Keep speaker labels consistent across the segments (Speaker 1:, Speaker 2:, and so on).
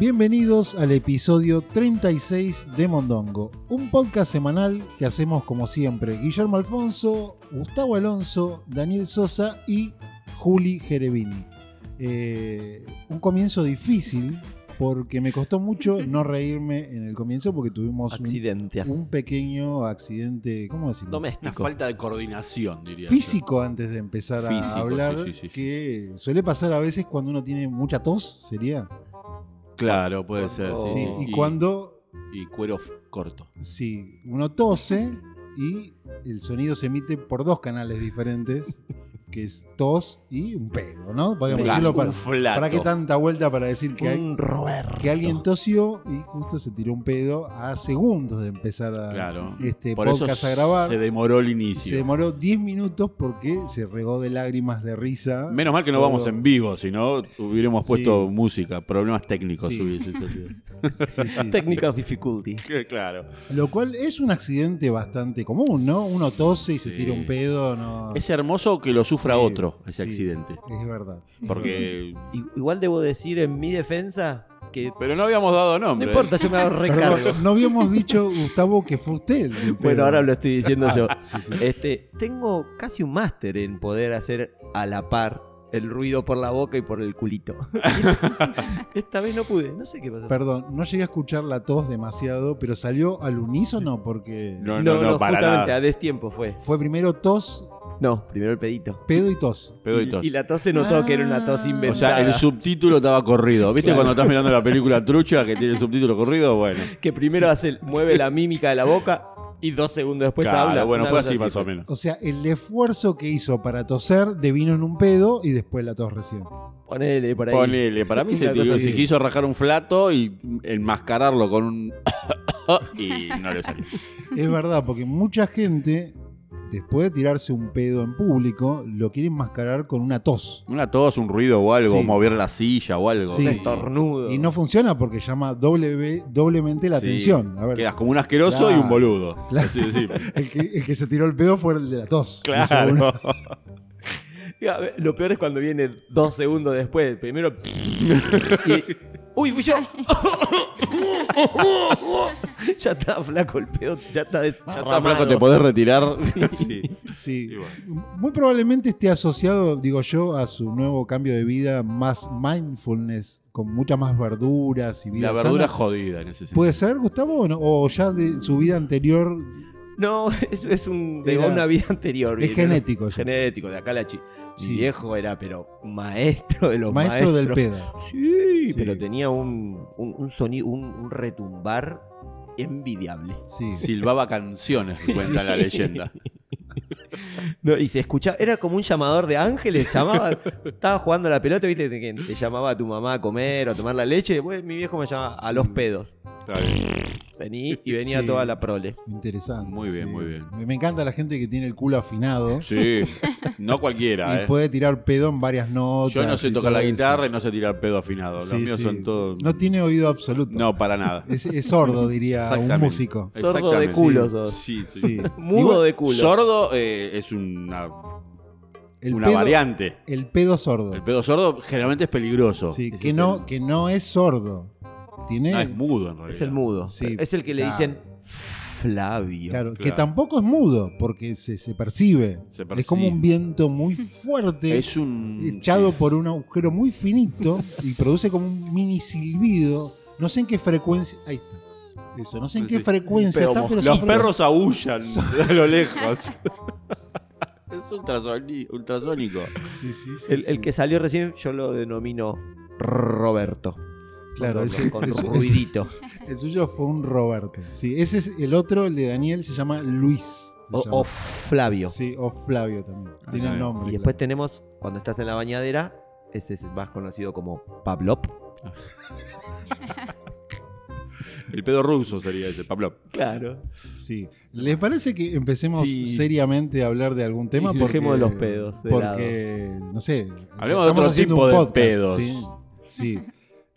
Speaker 1: Bienvenidos al episodio 36 de Mondongo, un podcast semanal que hacemos como siempre Guillermo Alfonso, Gustavo Alonso, Daniel Sosa y Juli Gerevini. Eh, un comienzo difícil porque me costó mucho no reírme en el comienzo porque tuvimos un,
Speaker 2: Accidentes.
Speaker 1: un pequeño accidente, ¿cómo decirlo?
Speaker 3: Una
Speaker 2: Doméstico.
Speaker 3: falta de coordinación, diría. yo.
Speaker 1: físico antes de empezar a
Speaker 3: Físico,
Speaker 1: hablar,
Speaker 3: sí, sí, sí, sí.
Speaker 1: que suele pasar a veces cuando uno tiene mucha tos, sería.
Speaker 3: Claro, puede ser.
Speaker 2: Oh.
Speaker 1: Sí, y
Speaker 3: Y-
Speaker 1: cuando
Speaker 3: Y cuero f- corto.
Speaker 1: sí, uno tose y el sonido se emite por dos canales diferentes, que es tos y un pedo, ¿no? Podríamos
Speaker 2: Claro,
Speaker 1: decirlo
Speaker 3: un
Speaker 1: para,
Speaker 3: flato.
Speaker 1: para qué tanta vuelta para decir que, hay-
Speaker 2: Un Robert.
Speaker 1: que alguien tosió y justo se tiró un pedo a segundos de empezar a
Speaker 3: Claro.
Speaker 1: este
Speaker 3: Por eso
Speaker 1: podcast a grabar.
Speaker 3: se demoró el
Speaker 1: Se
Speaker 3: inicio.
Speaker 1: demoró 10 minutos porque se regó de lágrimas de risa.
Speaker 3: Menos mal que no
Speaker 1: Todo.
Speaker 3: vamos en vivo, si no hubiéramos
Speaker 1: Oh. Sí.
Speaker 3: puesto música, problemas técnicos
Speaker 1: Sí.
Speaker 3: hubiese sido.
Speaker 1: Sí, sí, sí.
Speaker 2: Technical difficulty.
Speaker 3: Que claro.
Speaker 1: Lo cual es un accidente bastante común, ¿no? Uno tose y se
Speaker 3: Sí.
Speaker 1: tira un pedo, no.
Speaker 3: Es hermoso que lo
Speaker 1: Ah.
Speaker 3: sufra
Speaker 1: Sí,
Speaker 3: otro, ese
Speaker 1: sí,
Speaker 3: accidente.
Speaker 1: Es verdad.
Speaker 3: Porque.
Speaker 2: I- Igual debo decir en mi defensa que
Speaker 3: Pero no habíamos dado
Speaker 2: no
Speaker 3: nombre. ¿eh?
Speaker 2: importa, yo me hago recargo.
Speaker 1: Perdón, no habíamos dicho, Gustavo, que fue usted. el pedo.
Speaker 2: Bueno, ahora lo estoy diciendo yo.
Speaker 1: Sí, sí.
Speaker 2: Este, tengo casi un máster en poder hacer a la par el ruido por la boca y por el culito. Esta vez no pude, no sé qué pasó.
Speaker 1: Perdón, no llegué a escuchar la tos demasiado, pero salió al unísono porque
Speaker 3: No, no, no, para
Speaker 2: justamente
Speaker 3: nada.
Speaker 2: a destiempo fue.
Speaker 1: fue primero tos,
Speaker 2: No, primero el pedito.
Speaker 1: pedo y tos.
Speaker 3: Pedo y tos.
Speaker 2: Y la tos se notó que era una
Speaker 1: Ah.
Speaker 2: tos
Speaker 3: O sea,
Speaker 2: inventada.
Speaker 3: el subtítulo estaba corrido. ¿Viste
Speaker 2: Claro.
Speaker 3: cuando estás mirando la película trucha que tiene el subtítulo corrido? Bueno.
Speaker 2: que primero hace, el- mueve la mímica de la boca y dos segundos después
Speaker 3: Claro,
Speaker 2: Pues habla.
Speaker 3: Bueno,
Speaker 2: Una
Speaker 3: fue
Speaker 2: cosa pues.
Speaker 3: así más o menos.
Speaker 1: O sea, el esfuerzo que hizo para toser devino en un pedo y después la tos recién.
Speaker 2: Ponele por ahí.
Speaker 3: Ponele, para mí se,
Speaker 2: Una cosa
Speaker 3: tiró-
Speaker 1: así.
Speaker 3: se quiso rajar un flato y enmascararlo con un. y no le salió.
Speaker 1: Es verdad, porque mucha gente, después de tirarse un pedo en público, lo quiere enmascarar con una tos.
Speaker 3: Una tos, un ruido o algo,
Speaker 1: Sí.
Speaker 3: mover la silla o algo.
Speaker 1: Sí.
Speaker 2: Un estornudo.
Speaker 1: Y no funciona porque llama doble, doblemente la
Speaker 3: Sí.
Speaker 1: atención. A ver,
Speaker 3: Quedas como un asqueroso
Speaker 1: Claro.
Speaker 3: y un boludo.
Speaker 1: Claro.
Speaker 3: Sí, sí.
Speaker 1: el que, el que se tiró el pedo fue el de la tos.
Speaker 3: Claro.
Speaker 2: Ya, Lo peor es cuando viene dos segundos después. Primero. y- ¡Uy, fui yo! ya está flaco el pedo, ya está
Speaker 3: Ya
Speaker 2: desparramado.
Speaker 3: está flaco, te podés retirar. Sí.
Speaker 1: Sí.
Speaker 3: Y
Speaker 1: Muy probablemente esté asociado, digo yo, a su nuevo cambio de vida más mindfulness, con muchas más verduras y vida
Speaker 3: La verdura
Speaker 1: sana.
Speaker 3: jodida en ese sentido.
Speaker 1: ¿Puede ser, Gustavo? ¿O, no? ¿O ya de su vida anterior
Speaker 2: No, es, es un, de
Speaker 1: Era-
Speaker 2: una vida anterior.
Speaker 1: es
Speaker 2: viene, ¿no?
Speaker 1: genético? ya?
Speaker 2: Genético, de acá la chi.
Speaker 1: Sí.
Speaker 2: Mi viejo era, pero maestro de los
Speaker 1: Maestro del
Speaker 2: maestros.
Speaker 1: pedo.
Speaker 2: Sí,
Speaker 1: Sí.
Speaker 2: pero tenía un, un, un sonido, un, un retumbar envidiable.
Speaker 1: Sí.
Speaker 3: Silbaba canciones, cuenta la leyenda.
Speaker 2: No, y se escuchaba, era como un llamador de ángeles, llamaba, estaba jugando a la pelota, viste, te, te llamaba a tu mamá a comer o a tomar la leche, después mi viejo me llamaba a los pedos.
Speaker 3: Está bien.
Speaker 2: Vení y venía
Speaker 1: Sí.
Speaker 2: toda la prole.
Speaker 1: Interesante.
Speaker 3: Muy bien,
Speaker 1: sí.
Speaker 3: muy bien.
Speaker 1: Me, me encanta la gente que tiene el culo afinado
Speaker 3: Sí. No
Speaker 1: y
Speaker 3: cualquiera, ¿eh?
Speaker 1: puede tirar pedo en varias notas.
Speaker 3: Yo no sé
Speaker 1: y
Speaker 3: tocar
Speaker 1: todo
Speaker 3: la
Speaker 1: eso.
Speaker 3: guitarra y no sé tirar pedo afinado. Los
Speaker 1: Sí,
Speaker 3: míos
Speaker 1: sí.
Speaker 3: son todos.
Speaker 1: No tiene oído absoluto.
Speaker 3: No, para nada.
Speaker 1: Es, es sordo, diría un
Speaker 3: Exactamente.
Speaker 1: músico.
Speaker 2: Sordo de
Speaker 3: Exactamente.
Speaker 2: culo sos.
Speaker 3: Sí, sí.
Speaker 1: Sí.
Speaker 2: Mudo de culo.
Speaker 3: Sordo eh, es una,
Speaker 1: El
Speaker 3: una
Speaker 1: pedo,
Speaker 3: variante.
Speaker 1: El pedo sordo.
Speaker 3: El pedo sordo generalmente es peligroso.
Speaker 1: Sí,
Speaker 2: Ese
Speaker 1: que,
Speaker 2: es
Speaker 1: no,
Speaker 2: el-
Speaker 1: que no es sordo. Tiene.
Speaker 3: No, es mudo en realidad.
Speaker 2: es el mudo.
Speaker 1: Sí,
Speaker 2: es el que
Speaker 1: claro.
Speaker 2: le dicen Flavio.
Speaker 1: claro, que
Speaker 3: claro.
Speaker 1: tampoco es mudo, porque se, se percibe.
Speaker 3: Se
Speaker 1: Es como
Speaker 3: percibe.
Speaker 1: un viento muy fuerte,
Speaker 3: Es un.
Speaker 1: echado
Speaker 3: sí.
Speaker 1: por un agujero muy finito y produce como un mini silbido. No sé en qué frecuencia. Ahí está. Eso, no sé en
Speaker 3: Sí,
Speaker 1: qué
Speaker 3: sí.
Speaker 1: frecuencia
Speaker 2: Pero
Speaker 1: está, pero
Speaker 3: Los
Speaker 1: son-
Speaker 3: perros aullan a lo lejos. es ultrasoni- ultrasónico.
Speaker 1: Sí, sí, sí,
Speaker 2: El, el
Speaker 1: sí.
Speaker 2: que salió recién yo lo denomino Roberto.
Speaker 1: Claro,
Speaker 2: con,
Speaker 1: ese-
Speaker 2: con
Speaker 1: ese-
Speaker 2: ruidito.
Speaker 1: El suyo fue un Roberto. Sí, ese es el otro, el de Daniel, se llama Luis. se
Speaker 2: O,
Speaker 1: llama.
Speaker 2: o Flavio.
Speaker 1: Sí, o Flavio también. Tiene el
Speaker 3: Ah, bien.
Speaker 1: nombre.
Speaker 2: Y después
Speaker 1: claro.
Speaker 2: tenemos, cuando estás en la bañadera, ese es más conocido como Pavlov.
Speaker 3: El pedo ruso sería ese, Pablo.
Speaker 2: Claro.
Speaker 1: Sí. ¿Les parece que empecemos
Speaker 2: Sí.
Speaker 1: seriamente a hablar de algún tema?
Speaker 2: Y
Speaker 1: Porque,
Speaker 2: dejemos los pedos de
Speaker 1: porque, no sé.
Speaker 3: Hablemos de otro tipo de pedos.
Speaker 1: Sí. sí.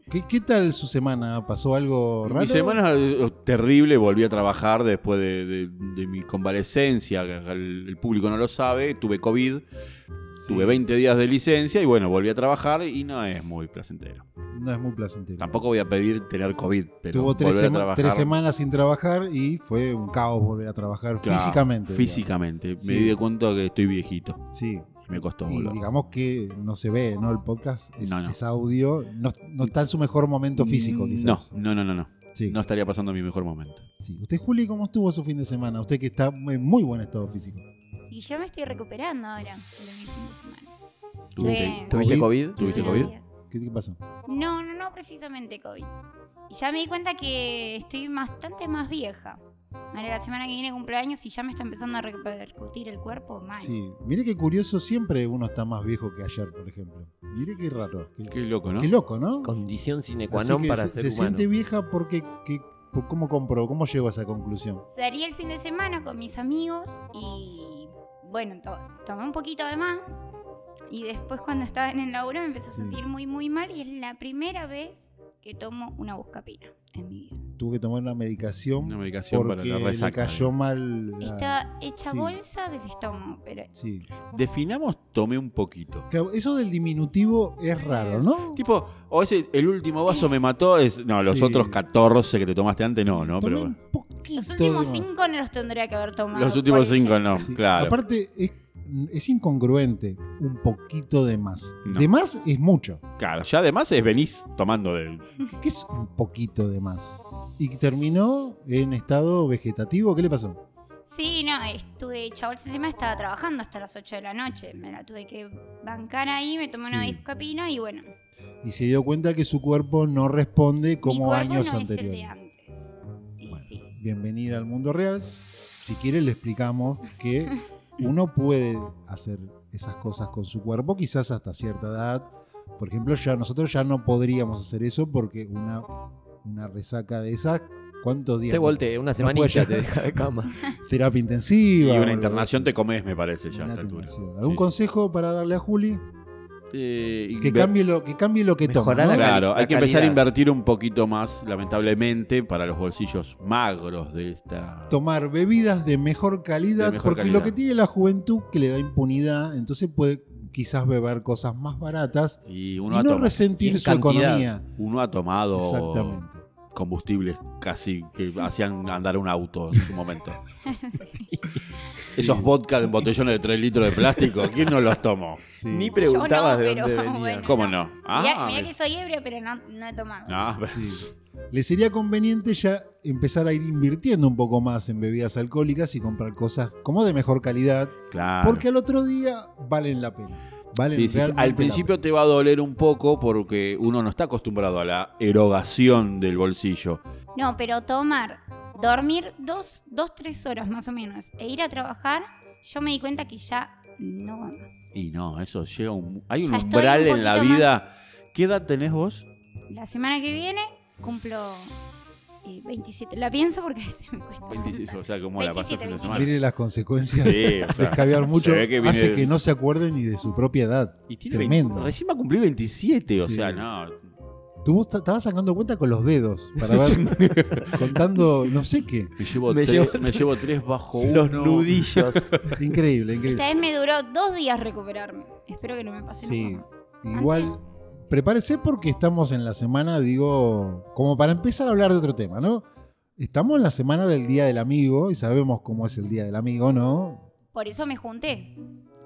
Speaker 1: ¿Qué, qué tal su semana? ¿Pasó algo raro?
Speaker 3: Mi semana eh, terrible, volví a trabajar después de, de- de mi convalescencia, que el, el público no lo sabe, tuve COVID,
Speaker 1: Sí,
Speaker 3: tuve 20 días de licencia y bueno, volví a trabajar y no es muy placentero.
Speaker 1: No es muy placentero.
Speaker 3: Tampoco voy a pedir tener COVID, pero
Speaker 1: Tuvo tres,
Speaker 3: volver a
Speaker 1: sema-
Speaker 3: trabajar-
Speaker 1: tres semanas sin trabajar y fue un caos volver a trabajar
Speaker 3: Claro,
Speaker 1: físicamente. digamos.
Speaker 3: Físicamente,
Speaker 1: Sí.
Speaker 3: me di cuenta que estoy viejito
Speaker 1: Sí.
Speaker 3: y me costó
Speaker 1: Y
Speaker 3: volver.
Speaker 1: digamos que no se ve, ¿no? El podcast es,
Speaker 3: No, no.
Speaker 1: es audio. No, no está en su mejor momento físico, quizás.
Speaker 3: No, no, no, no, no.
Speaker 1: Sí,
Speaker 3: No estaría pasando mi mejor momento.
Speaker 1: sí. Usted, Juli, ¿cómo estuvo su fin de semana? Usted que está en muy buen estado físico.
Speaker 4: Y yo me estoy recuperando ahora de mi fin de semana.
Speaker 3: Tuviste-
Speaker 4: Sí.
Speaker 2: ¿Tuviste COVID?
Speaker 3: ¿Tuviste
Speaker 4: Unos
Speaker 3: COVID?
Speaker 4: días.
Speaker 1: ¿Qué, qué pasó?
Speaker 4: No, no, no precisamente COVID. Y ya me di cuenta que estoy bastante más vieja. Ahora la semana que viene cumpleaños y ya me está empezando a repercutir el cuerpo mal.
Speaker 1: Sí. Mire qué curioso, siempre uno está más viejo que ayer, por ejemplo. Mire qué raro. Qué,
Speaker 3: Qué loco, ¿no?
Speaker 1: qué loco, ¿no?
Speaker 2: Condición sine qua
Speaker 1: Así
Speaker 2: non
Speaker 1: que
Speaker 2: para
Speaker 1: se,
Speaker 2: ser
Speaker 1: se
Speaker 2: humano.
Speaker 1: siente vieja porque... que- por ¿Cómo comprobó? ¿Cómo llegó a esa conclusión?
Speaker 4: Salí el fin de semana con mis amigos y bueno, to- tomé un poquito de más. Y después cuando estaba en el laburo me empecé a
Speaker 1: Sí.
Speaker 4: sentir muy, muy mal y es la primera vez que tomo una buscapina en mi vida.
Speaker 1: Tuvo que tomar una medicación
Speaker 3: Una medicación para
Speaker 1: porque
Speaker 3: la
Speaker 1: le
Speaker 3: resaca.
Speaker 1: cayó mal. la-
Speaker 4: Está hecha
Speaker 1: sí.
Speaker 4: bolsa del estómago, pero
Speaker 1: Sí.
Speaker 3: Definamos tomé un poquito.
Speaker 1: Claro, eso del diminutivo es raro, ¿no?
Speaker 3: Tipo, o ese, el último vaso me mató, es. No, los
Speaker 1: Sí.
Speaker 3: otros 14 que te tomaste antes, no,
Speaker 1: Sí,
Speaker 3: no,
Speaker 1: tomé
Speaker 3: pero.
Speaker 1: un
Speaker 3: bueno.
Speaker 1: poquito
Speaker 4: los últimos
Speaker 1: de más.
Speaker 4: cinco no los tendría que haber tomado.
Speaker 3: Los últimos
Speaker 4: por ejemplo.
Speaker 3: cinco no,
Speaker 1: Sí.
Speaker 3: claro.
Speaker 1: Aparte, es, es incongruente un poquito de más.
Speaker 3: No.
Speaker 1: De más es mucho.
Speaker 3: Claro, ya además es venís tomando de.
Speaker 1: ¿Qué es un poquito de más? Y terminó en estado vegetativo. ¿Qué le pasó?
Speaker 4: Sí, no, estuve hecha bolsa. Encima estaba trabajando hasta las 8 de la noche. Me la tuve que bancar ahí, me tomé una
Speaker 1: Sí.
Speaker 4: buscapina y bueno. mi
Speaker 1: Y se dio cuenta que su cuerpo no responde como
Speaker 4: cuerpo
Speaker 1: años
Speaker 4: no
Speaker 1: anteriores.
Speaker 4: Es el de antes. Y
Speaker 1: Bueno,
Speaker 4: sí.
Speaker 1: bienvenida al mundo real. Si quiere le explicamos que uno puede hacer esas cosas con su cuerpo, quizás hasta cierta edad. Por ejemplo, ya nosotros ya no podríamos hacer eso porque una, una resaca de esas, ¿cuántos días?
Speaker 2: Te volteé, una semanita
Speaker 1: puede
Speaker 2: te deja de cama.
Speaker 1: Terapia
Speaker 3: Y
Speaker 1: intensiva.
Speaker 3: una internación te comes, me parece, ya. a
Speaker 1: Una
Speaker 3: esta altura.
Speaker 1: internación. ¿Algún
Speaker 3: Sí.
Speaker 1: consejo para darle a Juli?
Speaker 3: Eh, y
Speaker 1: Que
Speaker 3: ver-
Speaker 1: cambie lo que, cambie lo que toma.
Speaker 2: Mejorar
Speaker 1: ¿no?
Speaker 2: la calidad.
Speaker 3: Claro, hay que empezar a
Speaker 2: calidad.
Speaker 3: invertir un poquito más, lamentablemente, para los bolsillos magros de esta.
Speaker 1: Tomar bebidas de mejor calidad,
Speaker 3: De mejor
Speaker 1: porque
Speaker 3: calidad.
Speaker 1: lo que tiene la juventud que le da impunidad, entonces puede quizás beber cosas más baratas
Speaker 3: Y uno,
Speaker 1: y no
Speaker 3: ha tomado-
Speaker 2: y en
Speaker 1: resentir su
Speaker 2: cantidad.
Speaker 1: economía.
Speaker 3: uno ha tomado
Speaker 1: Exactamente.
Speaker 3: combustibles casi que hacían andar un auto en su momento.
Speaker 4: Sí.
Speaker 3: Esos vodka de botellones de 3 litros de plástico, ¿quién no los tomó?
Speaker 1: Sí.
Speaker 2: Ni preguntabas de
Speaker 4: pero
Speaker 2: dónde venía.
Speaker 4: bueno.
Speaker 3: ¿Cómo no?
Speaker 4: mirá,
Speaker 3: Ah,
Speaker 4: mirá
Speaker 3: me-
Speaker 4: que soy ebria, pero no, no he tomado.
Speaker 3: Ah,
Speaker 1: Sí. Le sería conveniente ya empezar a ir invirtiendo un poco más en bebidas alcohólicas y comprar cosas como de mejor calidad,
Speaker 3: claro.
Speaker 1: porque al otro día valen la pena. Valen
Speaker 3: Sí, sí, sí.
Speaker 1: realmente
Speaker 3: Al
Speaker 1: la
Speaker 3: principio te va a doler un poco porque uno no está acostumbrado a la erogación del bolsillo.
Speaker 4: No, pero tomar, dormir dos, dos, tres horas más o menos e ir a trabajar, yo me di cuenta que ya no va más.
Speaker 3: Y no, eso llega un... Hay un
Speaker 4: Ya estoy
Speaker 3: umbral
Speaker 4: un
Speaker 3: en la
Speaker 4: poquito
Speaker 3: vida. ¿Qué edad tenés vos?
Speaker 4: La semana que viene cumplo eh, 27. La pienso porque se me cuesta.
Speaker 3: 26, o
Speaker 4: avanzar.
Speaker 3: sea, ¿cómo la pasó el
Speaker 4: 27,
Speaker 3: fin de
Speaker 1: pena.
Speaker 3: semana?
Speaker 4: Bueno.
Speaker 1: Mire las consecuencias.
Speaker 3: Sí, o sea,
Speaker 1: Descaviar mucho
Speaker 3: se ve que viene
Speaker 1: hace
Speaker 3: de-
Speaker 1: que no se acuerde ni de su propia edad.
Speaker 3: y tiene
Speaker 1: Tremendo.
Speaker 3: 20 recién va a cumplir 27, o
Speaker 1: Sí.
Speaker 3: sea, no.
Speaker 1: Tú vos ta- estabas sacando cuenta con los dedos para ver, contando no sé qué.
Speaker 3: Me llevo,
Speaker 2: Me
Speaker 3: tres,
Speaker 2: llevo-
Speaker 3: me llevo tres bajo
Speaker 2: Los
Speaker 3: uno.
Speaker 2: nudillos.
Speaker 1: Increíble,
Speaker 4: Esta
Speaker 1: increíble.
Speaker 4: vez me duró dos días recuperarme. Espero que no me pase
Speaker 1: Sí.
Speaker 4: nunca más.
Speaker 1: Igual,
Speaker 4: Antes-
Speaker 1: prepárese porque estamos en la semana, digo, como para empezar a hablar de otro tema, ¿no? Estamos en la semana del Día del Amigo y sabemos cómo es el Día del Amigo, ¿no?
Speaker 4: Por eso me junté.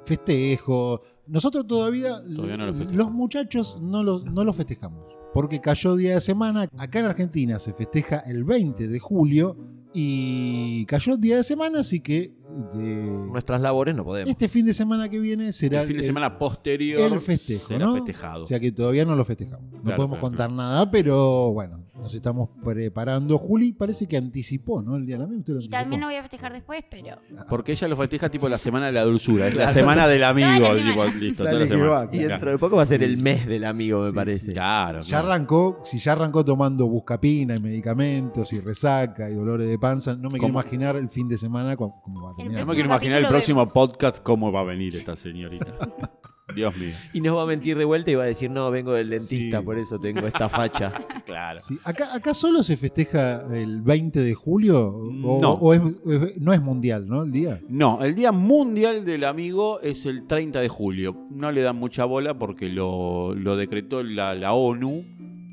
Speaker 1: Festejo. Nosotros todavía,
Speaker 3: Todavía no lo festejamos.
Speaker 1: los muchachos no los, no los festejamos. Porque cayó día de semana. Acá en Argentina se festeja el 20 de julio y cayó día de semana, así que de-
Speaker 2: Nuestras labores no podemos.
Speaker 1: este fin de semana que viene será
Speaker 3: El fin de semana posterior
Speaker 1: el festejo,
Speaker 3: será
Speaker 1: ¿no?
Speaker 3: festejado.
Speaker 1: O sea que todavía no lo festejamos. No
Speaker 3: Claro,
Speaker 1: podemos
Speaker 3: claro,
Speaker 1: contar nada, pero bueno, nos estamos preparando. Juli parece que anticipó, ¿no? El día de la Usted lo
Speaker 4: Y
Speaker 1: anticipó.
Speaker 4: también lo voy a festejar después, pero.
Speaker 3: Porque ella lo festeja tipo la semana de la dulzura, es la semana del amigo.
Speaker 4: Toda la semana.
Speaker 3: tipo, listo,
Speaker 1: Dale
Speaker 3: toda
Speaker 1: que
Speaker 3: la
Speaker 1: va,
Speaker 3: semana.
Speaker 2: Y
Speaker 1: claro.
Speaker 2: dentro de poco va a ser
Speaker 1: Sí.
Speaker 2: el mes del amigo, me
Speaker 1: Sí,
Speaker 2: parece.
Speaker 1: sí.
Speaker 3: Claro,
Speaker 1: Ya
Speaker 3: claro.
Speaker 1: arrancó, si ya arrancó tomando buscapina y medicamentos y resaca y dolores de panza, no me quiero
Speaker 3: ¿Cómo?
Speaker 1: imaginar el fin de semana cu- cómo va a terminar.
Speaker 3: No
Speaker 4: El
Speaker 3: me
Speaker 4: próximo
Speaker 3: quiero imaginar el
Speaker 4: capítulo
Speaker 3: próximo
Speaker 4: vemos.
Speaker 3: podcast cómo va a venir esta señorita. Dios mío.
Speaker 2: Y nos va a mentir de vuelta y va a decir, no, vengo del dentista,
Speaker 1: Sí.
Speaker 2: por eso tengo esta facha.
Speaker 3: Claro.
Speaker 1: Sí, Acá, acá solo se festeja el 20 de julio o,
Speaker 3: No.
Speaker 1: o es- es- no es mundial, ¿no? El día.
Speaker 3: No, el Día Mundial del Amigo es el 30 de julio. No le dan mucha bola porque lo, lo decretó la, la ONU